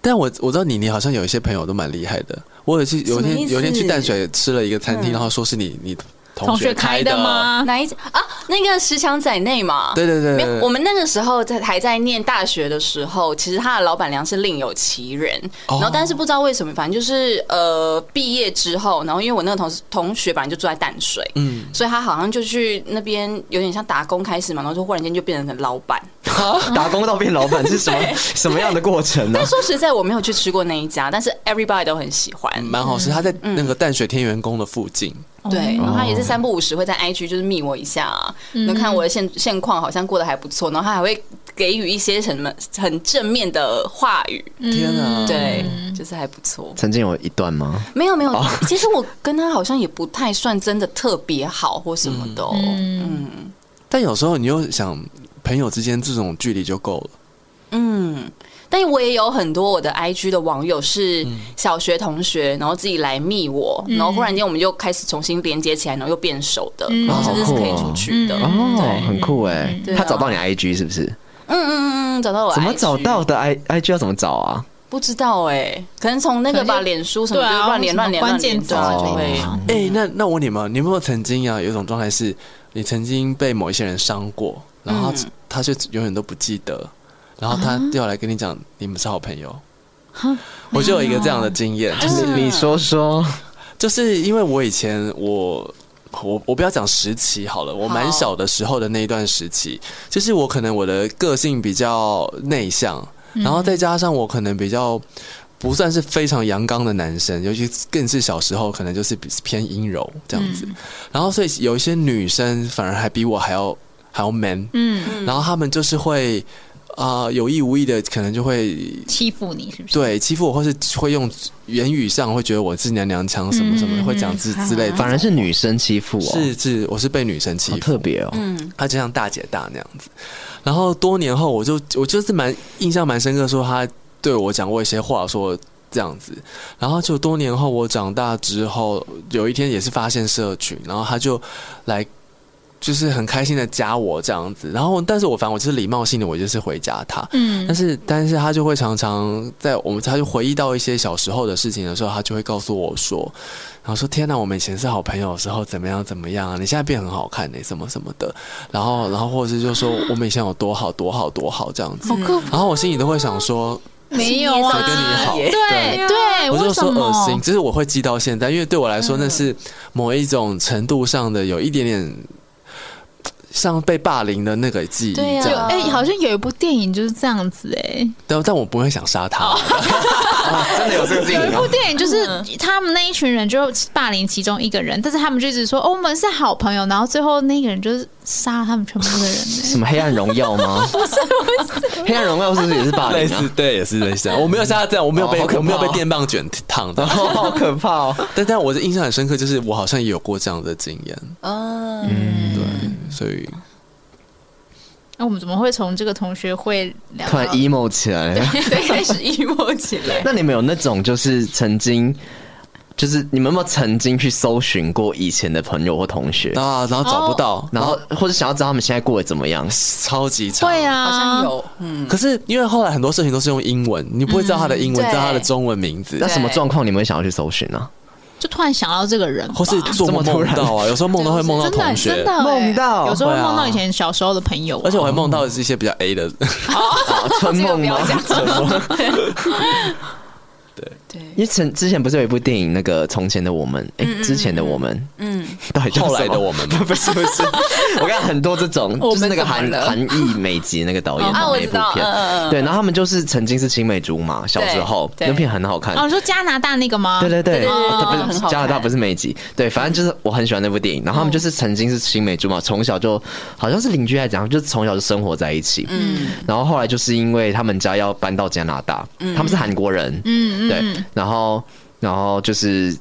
[SPEAKER 3] 但我我知道你，你好像有一些朋友都蛮厉害的。我有一次有一
[SPEAKER 5] 什么意
[SPEAKER 3] 天
[SPEAKER 5] 思嗯
[SPEAKER 3] 有一天去淡水吃了一个餐厅，然后说是你你同学开
[SPEAKER 6] 的？吗？
[SPEAKER 5] 哪一家啊？那个十强仔内嘛，
[SPEAKER 3] 对对对
[SPEAKER 5] 没
[SPEAKER 3] 对
[SPEAKER 5] 有
[SPEAKER 3] 对，
[SPEAKER 5] 我们那个时候在还在念大学的时候，其实他的老板娘是另有其人，
[SPEAKER 3] 哦
[SPEAKER 5] 然后但是不知道为什么，反正就是呃毕业之后，然后因为我那个同事同学本来就住在淡水，
[SPEAKER 3] 嗯，
[SPEAKER 5] 所以他好像就去那边有点像打工开始嘛，然后就忽然间就变成了老
[SPEAKER 3] [laughs]
[SPEAKER 5] 板。
[SPEAKER 1] 打工到变老板是什么什么样的过程呢、啊
[SPEAKER 5] 啊但说实在，我没有去吃过那一家，但是 everybody 都很喜欢。
[SPEAKER 3] 蛮好吃。他在
[SPEAKER 5] 嗯
[SPEAKER 3] 那个淡水天元宫的附近，
[SPEAKER 5] 对，然后他也是三不五时会在 IG 就是密我一下、啊，能、看我的现现况好像过得还不错，然后他还会给予一些什么很正面的话语，
[SPEAKER 3] 天啊！
[SPEAKER 5] 对，就是还不错。
[SPEAKER 1] 曾经有一段吗？
[SPEAKER 5] 嗯没有没有， [laughs] 其实我跟他好像也不太算真的特别好或什么的、哦，嗯
[SPEAKER 3] 但有时候你又想，朋友之间这种距离就够了。
[SPEAKER 5] 嗯。但我也有很多我的 IG 的网友是小学同学，然后自己来密我，然后忽然间我们又开始重新连接起来，然后又变熟的，然后甚至是可以出去的。嗯
[SPEAKER 1] 哦，很酷哎、
[SPEAKER 5] 对啊
[SPEAKER 1] 他找到你 IG 是不是？
[SPEAKER 5] 嗯嗯嗯，找到我
[SPEAKER 1] 怎么
[SPEAKER 5] IG
[SPEAKER 1] 找到的？I IG 要怎么找啊？
[SPEAKER 5] 不知道哎、可能从那个
[SPEAKER 6] 可
[SPEAKER 5] 吧，
[SPEAKER 6] 能就
[SPEAKER 5] 脸书什么就
[SPEAKER 6] 对啊
[SPEAKER 5] 乱连
[SPEAKER 6] 什么
[SPEAKER 5] 乱连
[SPEAKER 6] 关
[SPEAKER 5] 乱
[SPEAKER 6] 键
[SPEAKER 5] 连，
[SPEAKER 6] 字
[SPEAKER 5] 对啊，
[SPEAKER 1] 之
[SPEAKER 5] 就
[SPEAKER 1] 类
[SPEAKER 5] 会
[SPEAKER 1] 的
[SPEAKER 6] 嗯
[SPEAKER 3] 哎、那那我问你们，你们有没有曾经啊，有一种状态是，你曾经被某一些人伤过，然后他、
[SPEAKER 5] 嗯
[SPEAKER 3] 他却永远都不记得，然后他要来跟你讲，你们是好朋友。我就有一个这样的经验，就是
[SPEAKER 1] 你你说说，
[SPEAKER 3] 就是因为我以前我我我不要讲时期好了，我蛮小的时候的那一段时期，就是我可能我的个性比较内向，然后再加上我可能比较。不算是非常阳刚的男生，尤其更是小时候可能就是比偏阴柔这样子，然后所以有一些女生反而还比我还要还要 man，、
[SPEAKER 6] 嗯，
[SPEAKER 3] 然后他们就是会啊、有意无意的可能就会
[SPEAKER 6] 欺负你是不是？
[SPEAKER 3] 对欺负我，或是会用言语上会觉得我是娘娘腔什么什么的，
[SPEAKER 6] 嗯
[SPEAKER 3] 会讲之之类的。
[SPEAKER 1] 反而是女生欺负我，
[SPEAKER 3] 是是，我是被女生欺
[SPEAKER 1] 好
[SPEAKER 3] 负
[SPEAKER 1] 特，别哦。
[SPEAKER 5] 嗯，
[SPEAKER 3] 她就像大姐大那样子。然后多年后，我就我就是蛮印象蛮深刻，说她对我讲过一些话，说这样子。然后就多年后，我长大之后，有一天也是发现社群，然后她就来。就是很开心的加我这样子，然后但是我反正我就是礼貌性的，我就是回加她。
[SPEAKER 6] 嗯
[SPEAKER 3] 但是但是他就会常常在我们，他就回忆到一些小时候的事情的时候，他就会告诉我说，然后说天哪，我们以前是好朋友的时候怎么样怎么样啊，你现在变很好看呢、什么什么的，然后然后或者是就说我们以前有多好多好多好这样
[SPEAKER 6] [laughs]
[SPEAKER 3] 子，然后我心里都会想说，
[SPEAKER 6] 没有啊，
[SPEAKER 3] 谁跟你好
[SPEAKER 6] 对对，
[SPEAKER 3] 我
[SPEAKER 6] 哎为
[SPEAKER 3] 就
[SPEAKER 6] 什
[SPEAKER 3] 说恶
[SPEAKER 6] 么？嗯
[SPEAKER 3] 心，只是我会记到现在，因为对我来说那是某一种程度上的有一点点。像被霸凌的那个记忆，这
[SPEAKER 5] 对啊
[SPEAKER 3] 样
[SPEAKER 5] 有
[SPEAKER 6] 哎，好像有一部电影就是这样子哎，
[SPEAKER 3] 但但我不会想杀
[SPEAKER 6] 哦
[SPEAKER 3] 他，
[SPEAKER 5] 嗯
[SPEAKER 1] 真的有这个电啊
[SPEAKER 6] 有一部电影就是他们那一群人就霸凌其中一个人，但是他们就一直说、哦、我们是好朋友，然后最后那个人就是杀了他们全部的
[SPEAKER 1] [laughs]
[SPEAKER 6] 人、欸。
[SPEAKER 1] 什么黑暗荣耀
[SPEAKER 5] [laughs]
[SPEAKER 1] 吗？不是不是，黑暗荣耀是不是也是霸
[SPEAKER 3] [laughs] 类
[SPEAKER 1] 凌
[SPEAKER 3] 似
[SPEAKER 1] 啊？
[SPEAKER 3] 对，也是类似这样。我没有像他这样，我没有被、
[SPEAKER 1] 哦好可怕哦
[SPEAKER 3] 我没有被电棒卷烫 [laughs]
[SPEAKER 1] [laughs]
[SPEAKER 3] 的，
[SPEAKER 1] 好可怕
[SPEAKER 5] [laughs]
[SPEAKER 1] 哦！
[SPEAKER 3] 但但我的印象很深刻，就是我好像也有过这样的经验，
[SPEAKER 6] 嗯
[SPEAKER 5] 哦，
[SPEAKER 3] 对，所以
[SPEAKER 6] 那、我们怎么会从这个同学会聊
[SPEAKER 1] 突
[SPEAKER 6] 到
[SPEAKER 1] 然
[SPEAKER 6] [laughs]
[SPEAKER 1] emo 起来了。
[SPEAKER 5] 对， [laughs] 开始 emo 起来。
[SPEAKER 1] [laughs] 那你们有那种就是曾经，就是你们有没有曾经去搜寻过以前的朋友或同学，
[SPEAKER 3] 啊，然后找不
[SPEAKER 6] 哦
[SPEAKER 3] 到，
[SPEAKER 1] 然后或者想要知道他们现在过得怎么样？
[SPEAKER 3] 超级长，
[SPEAKER 6] 会。啊，
[SPEAKER 5] 好像。有，嗯，
[SPEAKER 3] 可是因为后来很多事情都是用英文，你不会知道他的英文，
[SPEAKER 5] 嗯
[SPEAKER 3] 知道他的中文名字
[SPEAKER 1] 那，什么
[SPEAKER 5] 对
[SPEAKER 1] 状况你们会想要去搜寻呢、
[SPEAKER 6] 就突然想到这个人吧，
[SPEAKER 3] 或是做梦
[SPEAKER 1] 这么突
[SPEAKER 3] 梦
[SPEAKER 1] 然
[SPEAKER 3] 到啊，有时候梦到会梦到
[SPEAKER 6] 真的
[SPEAKER 3] 同
[SPEAKER 6] 真
[SPEAKER 3] 学
[SPEAKER 6] 的，欸
[SPEAKER 1] 梦到
[SPEAKER 6] 有时候会
[SPEAKER 3] 会啊
[SPEAKER 6] 梦到以前小时候的朋友啊、
[SPEAKER 3] 而且我还梦到一些比较 A 的，
[SPEAKER 5] 哦
[SPEAKER 1] 啊？春梦吗？春梦。 [laughs]
[SPEAKER 5] 对，
[SPEAKER 1] 因为曾之前不是有一部电影那个《从前的我们》？哎、之前的我们，
[SPEAKER 5] 嗯，
[SPEAKER 1] 到底叫
[SPEAKER 3] [laughs] 后来
[SPEAKER 1] 什么
[SPEAKER 3] 的我们吗
[SPEAKER 1] 不是不是， [laughs] 我看很多这种，
[SPEAKER 5] [laughs] 我
[SPEAKER 1] 就是
[SPEAKER 5] 们
[SPEAKER 1] 那个韩
[SPEAKER 5] 怎么了
[SPEAKER 1] 韩裔美籍那个导演的
[SPEAKER 5] 哦啊
[SPEAKER 1] 那
[SPEAKER 5] 我
[SPEAKER 1] 一
[SPEAKER 5] 知
[SPEAKER 1] 部
[SPEAKER 5] 道
[SPEAKER 1] 片
[SPEAKER 5] 嗯嗯，嗯
[SPEAKER 1] 对，然后他们就是曾经是青梅竹马，小时候
[SPEAKER 5] 对对
[SPEAKER 1] 那片很好看
[SPEAKER 6] 哦，。你说加拿大那个吗？
[SPEAKER 1] 对对对，
[SPEAKER 5] 对对对
[SPEAKER 1] 哦他
[SPEAKER 5] 对
[SPEAKER 1] 不
[SPEAKER 5] 很
[SPEAKER 1] 是
[SPEAKER 5] 好哦看
[SPEAKER 1] 加拿大，不是美籍，对，反正就是我很喜欢那部电影。然后他们就是曾经是青梅竹马，从小就好像是邻居还是怎样，就是从小就生活在一起。
[SPEAKER 5] 嗯，
[SPEAKER 1] 然后后来就是因为他们家要搬到加拿大，他们是韩国人，
[SPEAKER 6] 嗯，嗯嗯
[SPEAKER 1] 对，然后然后就是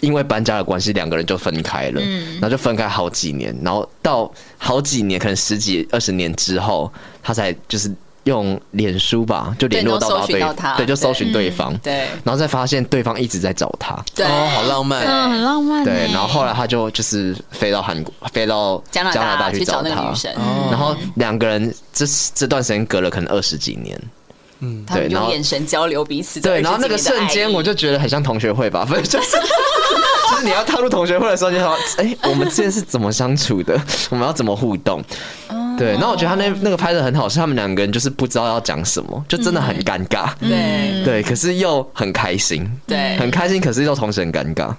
[SPEAKER 1] 因为搬家的关系，两个人就分开了，
[SPEAKER 6] 嗯
[SPEAKER 1] 然后就分开好几年，然后到好几年，可能十几二十年之后，他才就是用脸书吧，就联络到
[SPEAKER 5] 对然后搜寻
[SPEAKER 1] 对
[SPEAKER 5] 到他
[SPEAKER 1] 对，就搜寻
[SPEAKER 6] 对
[SPEAKER 1] 对方，
[SPEAKER 5] 对
[SPEAKER 1] 然后再发现对方一直在找他，
[SPEAKER 5] 对，
[SPEAKER 3] 哦，好浪漫，
[SPEAKER 6] [laughs] 嗯，很浪漫、欸。
[SPEAKER 1] 对，然后后来他就就是飞到韩国，飞到
[SPEAKER 5] 加拿大
[SPEAKER 1] 大
[SPEAKER 5] 去
[SPEAKER 1] 找
[SPEAKER 5] 找那个
[SPEAKER 1] 她
[SPEAKER 5] 女生
[SPEAKER 1] 嗯然后两个人这这段时间隔了可能二十几年，
[SPEAKER 5] 他们
[SPEAKER 1] 对然
[SPEAKER 5] 用
[SPEAKER 1] 后
[SPEAKER 5] 眼神交流彼
[SPEAKER 1] [laughs]
[SPEAKER 5] 此，
[SPEAKER 1] 对，然后那个瞬间我就觉得很像同学会吧，反正就是。就是你要踏入同学会的时候，你就想，哎、我们之间是怎么相处的？我们要怎么互动？
[SPEAKER 5] 哦
[SPEAKER 1] 对，那我觉得他那那个拍的很好，是他们两个人就是不知道要讲什么，就真的很尴尬。
[SPEAKER 5] 嗯对
[SPEAKER 1] 对，可是又很开心，
[SPEAKER 5] 对
[SPEAKER 1] 很开心，可是又同时很尴尬。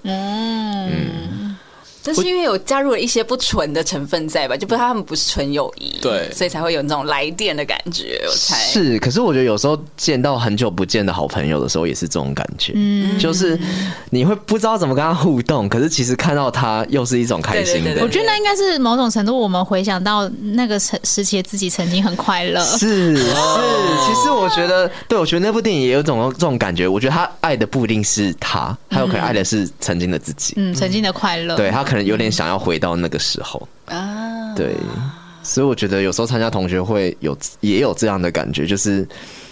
[SPEAKER 5] 但是因为有加入了一些不纯的成分在吧，就不他们不是纯友谊，
[SPEAKER 3] 对
[SPEAKER 5] 所以才会有那种来电的感觉，我猜。
[SPEAKER 1] 是，可是我觉得有时候见到很久不见的好朋友的时候，也是这种感觉，
[SPEAKER 5] 嗯
[SPEAKER 1] 就是你会不知道怎么跟他互动，可是其实看到他又是一种开心
[SPEAKER 5] 对对对
[SPEAKER 1] 的
[SPEAKER 6] 我。觉得那应该是某种程度，我们回想到那个时时期的自己曾经很快乐。
[SPEAKER 1] 是是，
[SPEAKER 5] 哦
[SPEAKER 1] 其实我觉得，对我觉得那部电影也有一种这种感觉。我觉得他爱的不一定是他，他有可能
[SPEAKER 5] 嗯
[SPEAKER 1] 爱的是曾经的自己。
[SPEAKER 6] 嗯，曾经的快乐。
[SPEAKER 1] 对，他可能有点想要回到那个时候啊。对，所以我觉得有时候参加同学会有也有这样的感觉，就是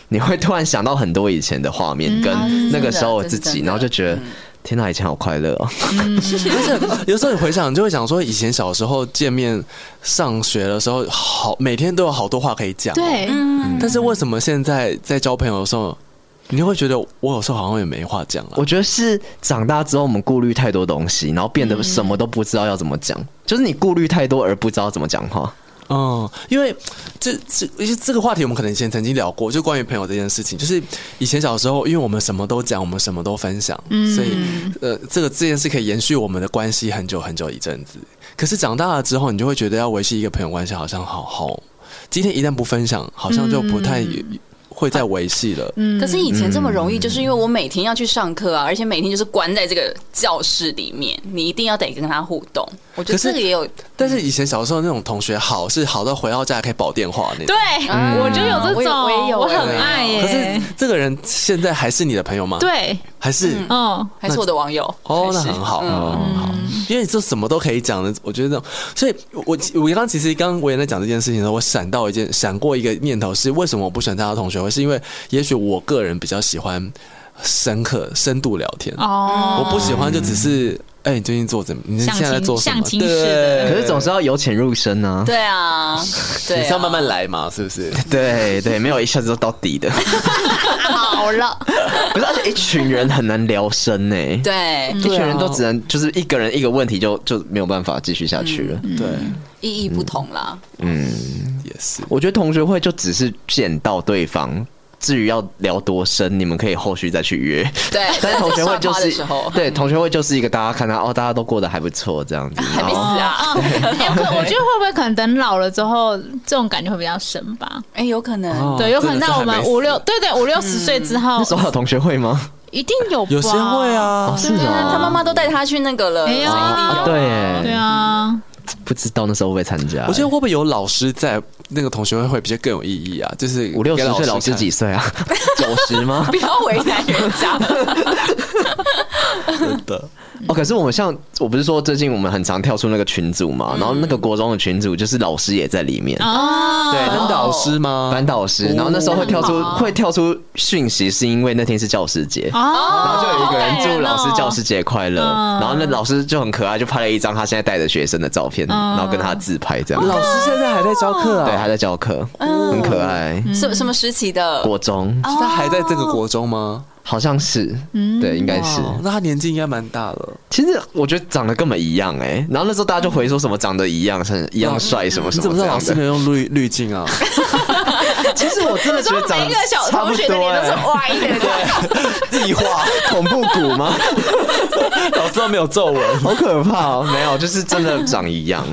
[SPEAKER 1] 你会突然想到很多以前的画面跟那个时候我自
[SPEAKER 5] 这
[SPEAKER 1] 己，
[SPEAKER 5] 是嗯真的嗯
[SPEAKER 1] 然后就觉得。天哪，以前好快乐哦！ [laughs]
[SPEAKER 3] 有时候你回想，你就会想说，以前小时候见面、上学的时候，好每天都有好多话可以讲、哦
[SPEAKER 6] 对，，
[SPEAKER 5] 嗯
[SPEAKER 3] 但是为什么现在在交朋友的时候，你就会觉得我有时候好像也没话讲了？啊
[SPEAKER 1] 我觉得是长大之后，我们顾虑太多东西，然后变得什么都不知道要怎么讲，就是你顾虑太多而不知道怎么讲话。
[SPEAKER 3] 嗯，因为这这因为这个话题，我们可能以前曾经聊过，就关于朋友这件事情。就是以前小时候，因为我们什么都讲，我们什么都分享，所以呃，这个这件事可以延续我们的关系很久很久一阵子。可是长大了之后，你就会觉得要维系一个朋友关系，好像好好，今天一旦不分享，好像就不太会再维系了。
[SPEAKER 5] 可是以前这么容易，就是因为我每天要去上课啊，而且每天就是关在这个教室里面，你一定要得跟他互动。我觉得
[SPEAKER 3] 可是
[SPEAKER 5] 这个也有
[SPEAKER 3] 但是以前小时候那种同学好，是好到回到家还可以保电话那种
[SPEAKER 6] 对。，
[SPEAKER 5] 嗯
[SPEAKER 6] 我就有这
[SPEAKER 5] 我有
[SPEAKER 6] 种，
[SPEAKER 5] 我也有哎
[SPEAKER 6] 我
[SPEAKER 5] 我也有
[SPEAKER 6] 很爱
[SPEAKER 3] 可是
[SPEAKER 6] 耶。
[SPEAKER 3] 这个人现在还是你的朋友吗？，
[SPEAKER 6] 对，
[SPEAKER 3] 还是、
[SPEAKER 6] 嗯，
[SPEAKER 5] 还是我的网友
[SPEAKER 3] 哦，那
[SPEAKER 5] 还是
[SPEAKER 3] 很好，
[SPEAKER 5] 嗯
[SPEAKER 3] 哦，很好，因为你这什么都可以讲的，我觉得这种，所以我我刚刚其实刚刚我也在讲这件事情的时候，我闪到一件闪过一个念头是为什么我不喜欢参加同学会，是因为也许我个人比较喜欢深刻深度聊天，
[SPEAKER 6] 哦，
[SPEAKER 3] 我不喜欢就只是哎、你最近做怎么？你
[SPEAKER 6] 相
[SPEAKER 3] 现
[SPEAKER 6] 亲
[SPEAKER 3] 在在做什么
[SPEAKER 6] 相？亲式的
[SPEAKER 3] 对，
[SPEAKER 1] 可是总是要由浅入深啊。
[SPEAKER 5] 对啊，对啊，
[SPEAKER 3] 你是要慢慢来嘛，是不是？
[SPEAKER 1] 对对，没有一下子就到底
[SPEAKER 5] [laughs]
[SPEAKER 1] 的。
[SPEAKER 6] 好了，
[SPEAKER 1] 不是，而且一群人很难聊深呢、
[SPEAKER 5] 对，啊
[SPEAKER 1] 一群人都只能就是一个人一个问题就就没有办法继续下去了。
[SPEAKER 3] 对，
[SPEAKER 5] 意义不同啦。
[SPEAKER 3] 也是。
[SPEAKER 1] 我觉得同学会就只是见到对方，至于要聊多深，你们可以后续再去约。
[SPEAKER 5] 对，
[SPEAKER 1] 但是同学会就
[SPEAKER 5] 上花的
[SPEAKER 1] 是
[SPEAKER 5] 时候
[SPEAKER 1] 对同学会就是一个大家看到哦，大家都过得还不错这样子，哦
[SPEAKER 5] 还
[SPEAKER 1] 然
[SPEAKER 5] 没死
[SPEAKER 1] 后
[SPEAKER 5] 啊，
[SPEAKER 6] 哎，可我觉得会不会可能等老了之后，这种感觉会比较深吧？
[SPEAKER 5] 哎，有可能
[SPEAKER 3] 哦
[SPEAKER 6] 对，有可能
[SPEAKER 3] 真的
[SPEAKER 6] 在
[SPEAKER 3] 是
[SPEAKER 6] 我
[SPEAKER 3] 还
[SPEAKER 6] 们
[SPEAKER 3] 没死
[SPEAKER 6] 五六，对对，五六十岁之后
[SPEAKER 1] 那时候还有同学会吗？
[SPEAKER 6] 一定有，
[SPEAKER 3] 有些会。啊，
[SPEAKER 1] 是
[SPEAKER 5] 啊他妈
[SPEAKER 1] 哦，
[SPEAKER 5] 妈都带他去那个了，
[SPEAKER 6] 哎呀
[SPEAKER 1] 啊
[SPEAKER 5] 所以一定有
[SPEAKER 1] 对
[SPEAKER 6] 对
[SPEAKER 1] 耶，
[SPEAKER 6] 啊，
[SPEAKER 1] 不知道那时候会不会参加。
[SPEAKER 3] 我觉得会不会有老师在那个同学会会比较更有意义啊？就是
[SPEAKER 1] 五六十岁
[SPEAKER 3] 给
[SPEAKER 1] 老师
[SPEAKER 3] 看
[SPEAKER 1] 几岁啊？九十吗？
[SPEAKER 5] 不要为难人
[SPEAKER 6] [laughs]
[SPEAKER 5] 家。
[SPEAKER 3] [laughs] 的，
[SPEAKER 1] 哦，可是我们像我不是说最近我们很常跳出那个群组嘛，然后那个国中的群组就是老师也在里面，
[SPEAKER 6] 哦，
[SPEAKER 1] 对，然
[SPEAKER 3] 班
[SPEAKER 1] 后
[SPEAKER 3] 导师吗？
[SPEAKER 1] 班导师，然后那时候会跳出会跳出讯息，是因为那天是教师节。然
[SPEAKER 6] 哦，
[SPEAKER 1] 后就有一个人祝老师
[SPEAKER 6] 好感人哦
[SPEAKER 1] 教师节快乐，
[SPEAKER 6] 嗯
[SPEAKER 1] 然后那老师就很可爱，就拍了一张他现在带着学生的照片，
[SPEAKER 6] 嗯
[SPEAKER 1] 然后跟他自拍这样。
[SPEAKER 3] 老师现在还在教课啊？嗯
[SPEAKER 1] 对，还在教课，很可爱。
[SPEAKER 6] 嗯
[SPEAKER 5] 什什么时期的？
[SPEAKER 1] 国中
[SPEAKER 3] 他还在这个国中吗？
[SPEAKER 1] 好像是，
[SPEAKER 6] 嗯
[SPEAKER 1] 对，应该是。
[SPEAKER 3] 哇那他年纪应该蛮大了。
[SPEAKER 1] 其实我觉得长得根本一样哎，然后那时候大家就回说什么长得一样，很一样帅什么什么。
[SPEAKER 3] 你怎么知道老师没有用滤滤镜啊？
[SPEAKER 1] 其实我真的觉得长
[SPEAKER 6] [laughs] 每一个小同学的
[SPEAKER 5] 哎
[SPEAKER 6] 脸都是
[SPEAKER 1] 啊
[SPEAKER 6] 歪的，
[SPEAKER 1] [laughs] 地画恐怖谷吗？
[SPEAKER 3] [laughs] 老师都没有皱纹。哦
[SPEAKER 1] 好可怕哦！没有，就是真的长一样，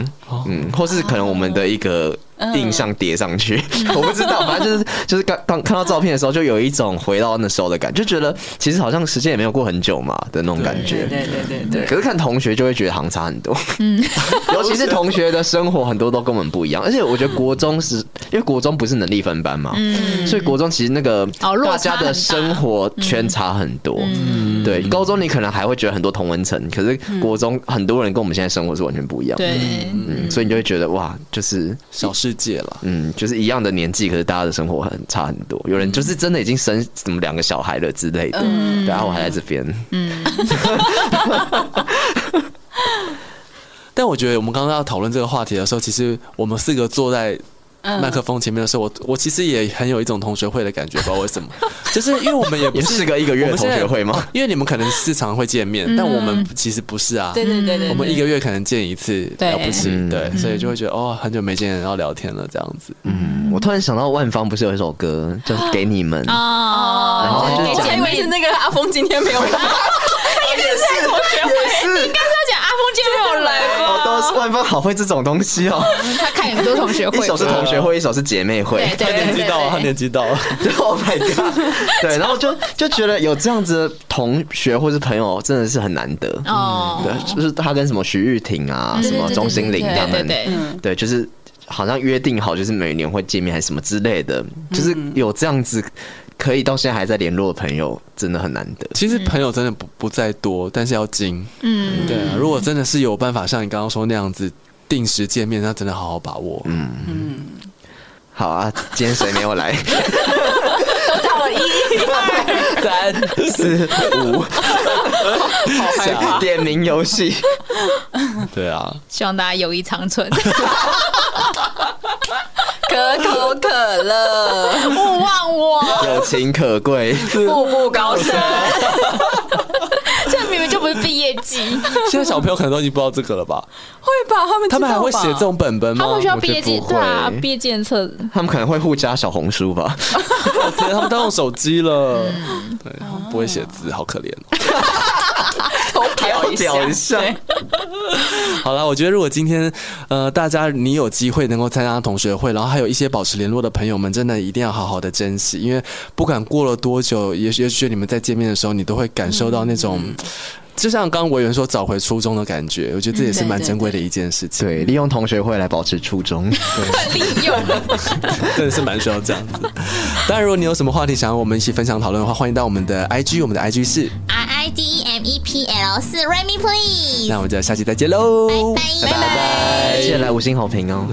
[SPEAKER 1] 嗯，或是可能我们的一个印象叠上去， [laughs] 我不知道，反正就是就是刚刚看到照片的时候，就有一种回到那时候的感觉，就觉得其实好像时间也没有过很久嘛的那种感觉。
[SPEAKER 5] 对对
[SPEAKER 1] [laughs]
[SPEAKER 5] 对
[SPEAKER 1] 对，可是看同学就会觉得好像差很多， [laughs] 嗯，尤其是同学的生活很多都跟我们不一样，而且我觉得国中是因为国中不是能力分班嘛，所以国中其实那个
[SPEAKER 6] 嗯哦落
[SPEAKER 1] 大
[SPEAKER 6] 差
[SPEAKER 1] 家的
[SPEAKER 6] 很大嗯
[SPEAKER 1] 生活圈差很多，对，高中你可能还会觉得很多同文层，可是国中很多人跟我们现在生活是完全不一样的，
[SPEAKER 6] 对，
[SPEAKER 1] 嗯，所以你就会觉得哇，就是
[SPEAKER 3] 小世界了，
[SPEAKER 1] 嗯，就是一样的年纪，可是大家的生活很差很多，有人就是真的已经生什么两个小孩了之类的，
[SPEAKER 6] 嗯
[SPEAKER 1] 对，然后我还在这边，
[SPEAKER 3] 但我觉得我们刚刚要讨论这个话题的时候，其实我们四个坐在
[SPEAKER 5] 嗯
[SPEAKER 3] 麦克风前面的时候，我我其实也很有一种同学会的感觉，不知道为什么，
[SPEAKER 1] [laughs]
[SPEAKER 3] 就是因为我们也不
[SPEAKER 1] 也是个一个月
[SPEAKER 3] 我们现在
[SPEAKER 1] 同学会吗？嗯
[SPEAKER 3] 因为你们可能时常会见面，但我们其实不是啊。
[SPEAKER 5] 对对对对，
[SPEAKER 3] 我们一个月可能见一次，
[SPEAKER 6] 嗯对
[SPEAKER 3] 了不起，
[SPEAKER 1] 嗯
[SPEAKER 3] 对，所以就会觉得哦，很久没见，然后聊天了这样子。
[SPEAKER 1] 嗯，我突然想到万芳不是有一首歌叫《给你们》，然
[SPEAKER 6] 哦
[SPEAKER 1] 后，
[SPEAKER 6] 就是
[SPEAKER 1] 就
[SPEAKER 6] 给
[SPEAKER 1] 讲
[SPEAKER 5] 我还以
[SPEAKER 6] 姐
[SPEAKER 5] 为是
[SPEAKER 6] 妹，
[SPEAKER 5] 那个阿峰今天没有来，
[SPEAKER 3] 哎
[SPEAKER 1] 是
[SPEAKER 6] 但是要讲阿峰今天没有来吧，
[SPEAKER 1] 哦，都是万芳好会这种东西哦，
[SPEAKER 6] [laughs] 他看很多同学
[SPEAKER 1] 一
[SPEAKER 6] 会，
[SPEAKER 1] 首是同学会，一首是姐妹会
[SPEAKER 6] 对，对
[SPEAKER 3] 他年纪到了，他年纪到了，
[SPEAKER 1] 对，Oh [laughs] my god！对，
[SPEAKER 3] [laughs]
[SPEAKER 1] 然后就就觉得有这样子的同学或是朋友真的是很难得。
[SPEAKER 6] 哦，
[SPEAKER 1] 嗯
[SPEAKER 6] 嗯
[SPEAKER 1] 对，就是他跟什么徐玉婷啊，什
[SPEAKER 6] 对
[SPEAKER 1] 么
[SPEAKER 6] 对
[SPEAKER 1] 钟欣凌
[SPEAKER 6] 对
[SPEAKER 1] 他
[SPEAKER 6] 对
[SPEAKER 1] 们，
[SPEAKER 6] 对，
[SPEAKER 1] 对，就是好像约定好，就是每年会见面还是什么之类的，就是
[SPEAKER 6] 嗯
[SPEAKER 1] 有这样子可以到现在还在联络的朋友，真的很难得。
[SPEAKER 3] 其实朋友真的不不在多，但是要精。
[SPEAKER 6] 嗯，
[SPEAKER 3] 对啊，如果真的是有办法像你刚刚说那样子定时见面，那真的好好把握。
[SPEAKER 1] 好啊，今天谁没有来？
[SPEAKER 5] 到了一二三，
[SPEAKER 1] 四五，
[SPEAKER 3] 好害怕。
[SPEAKER 1] 点名游戏。
[SPEAKER 3] [laughs] 对啊，
[SPEAKER 6] 希望大家友谊长 [laughs] 存。
[SPEAKER 5] 可口可乐，
[SPEAKER 6] 勿忘我，
[SPEAKER 1] 友情可贵，
[SPEAKER 5] 步步高升。
[SPEAKER 6] 这明明就不是毕业
[SPEAKER 1] [laughs]
[SPEAKER 6] 季，
[SPEAKER 3] 现在小朋友可能都已经不知道这个了吧？
[SPEAKER 5] 会吧？他们
[SPEAKER 3] 他们还会写这种本本吗？
[SPEAKER 6] 他们需要
[SPEAKER 1] 我
[SPEAKER 6] 毕
[SPEAKER 1] 觉得
[SPEAKER 6] 业季
[SPEAKER 1] 不
[SPEAKER 6] [laughs] 对啊
[SPEAKER 1] 会，
[SPEAKER 6] 毕业纪念册
[SPEAKER 1] 他们可能会互加小红书吧？
[SPEAKER 3] 我哦天，啊他们都用手机了，
[SPEAKER 6] 嗯
[SPEAKER 3] 对，他们不会写字，好可怜哦。
[SPEAKER 5] 头表一下，
[SPEAKER 1] 表一下
[SPEAKER 5] 对
[SPEAKER 3] 好了，我觉得如果今天呃大家你有机会能够参加同学会，然后还有一些保持联络的朋友们，真的一定要好好的珍惜，因为不管过了多久，也许也许你们在见面的时候，你都会感受到那种。
[SPEAKER 1] 嗯
[SPEAKER 3] 就像刚刚委员说，找回初衷的感觉，我觉得这也是
[SPEAKER 5] 嗯对
[SPEAKER 3] 蛮
[SPEAKER 5] 对
[SPEAKER 3] 珍贵的一件事情，
[SPEAKER 1] 对，利用同学会来保持初衷。
[SPEAKER 6] 利用
[SPEAKER 3] [laughs] 真的是蛮需要这样子。当然，如果你有什么话题想要我们一起分享讨论的话，欢迎到我们的 IG，我们的 IG 是，
[SPEAKER 7] R I D E M E P L 四 r e m y please。
[SPEAKER 3] 那我们就下期再见喽，
[SPEAKER 7] 拜拜
[SPEAKER 3] 拜拜
[SPEAKER 1] 记得来五星好评哦。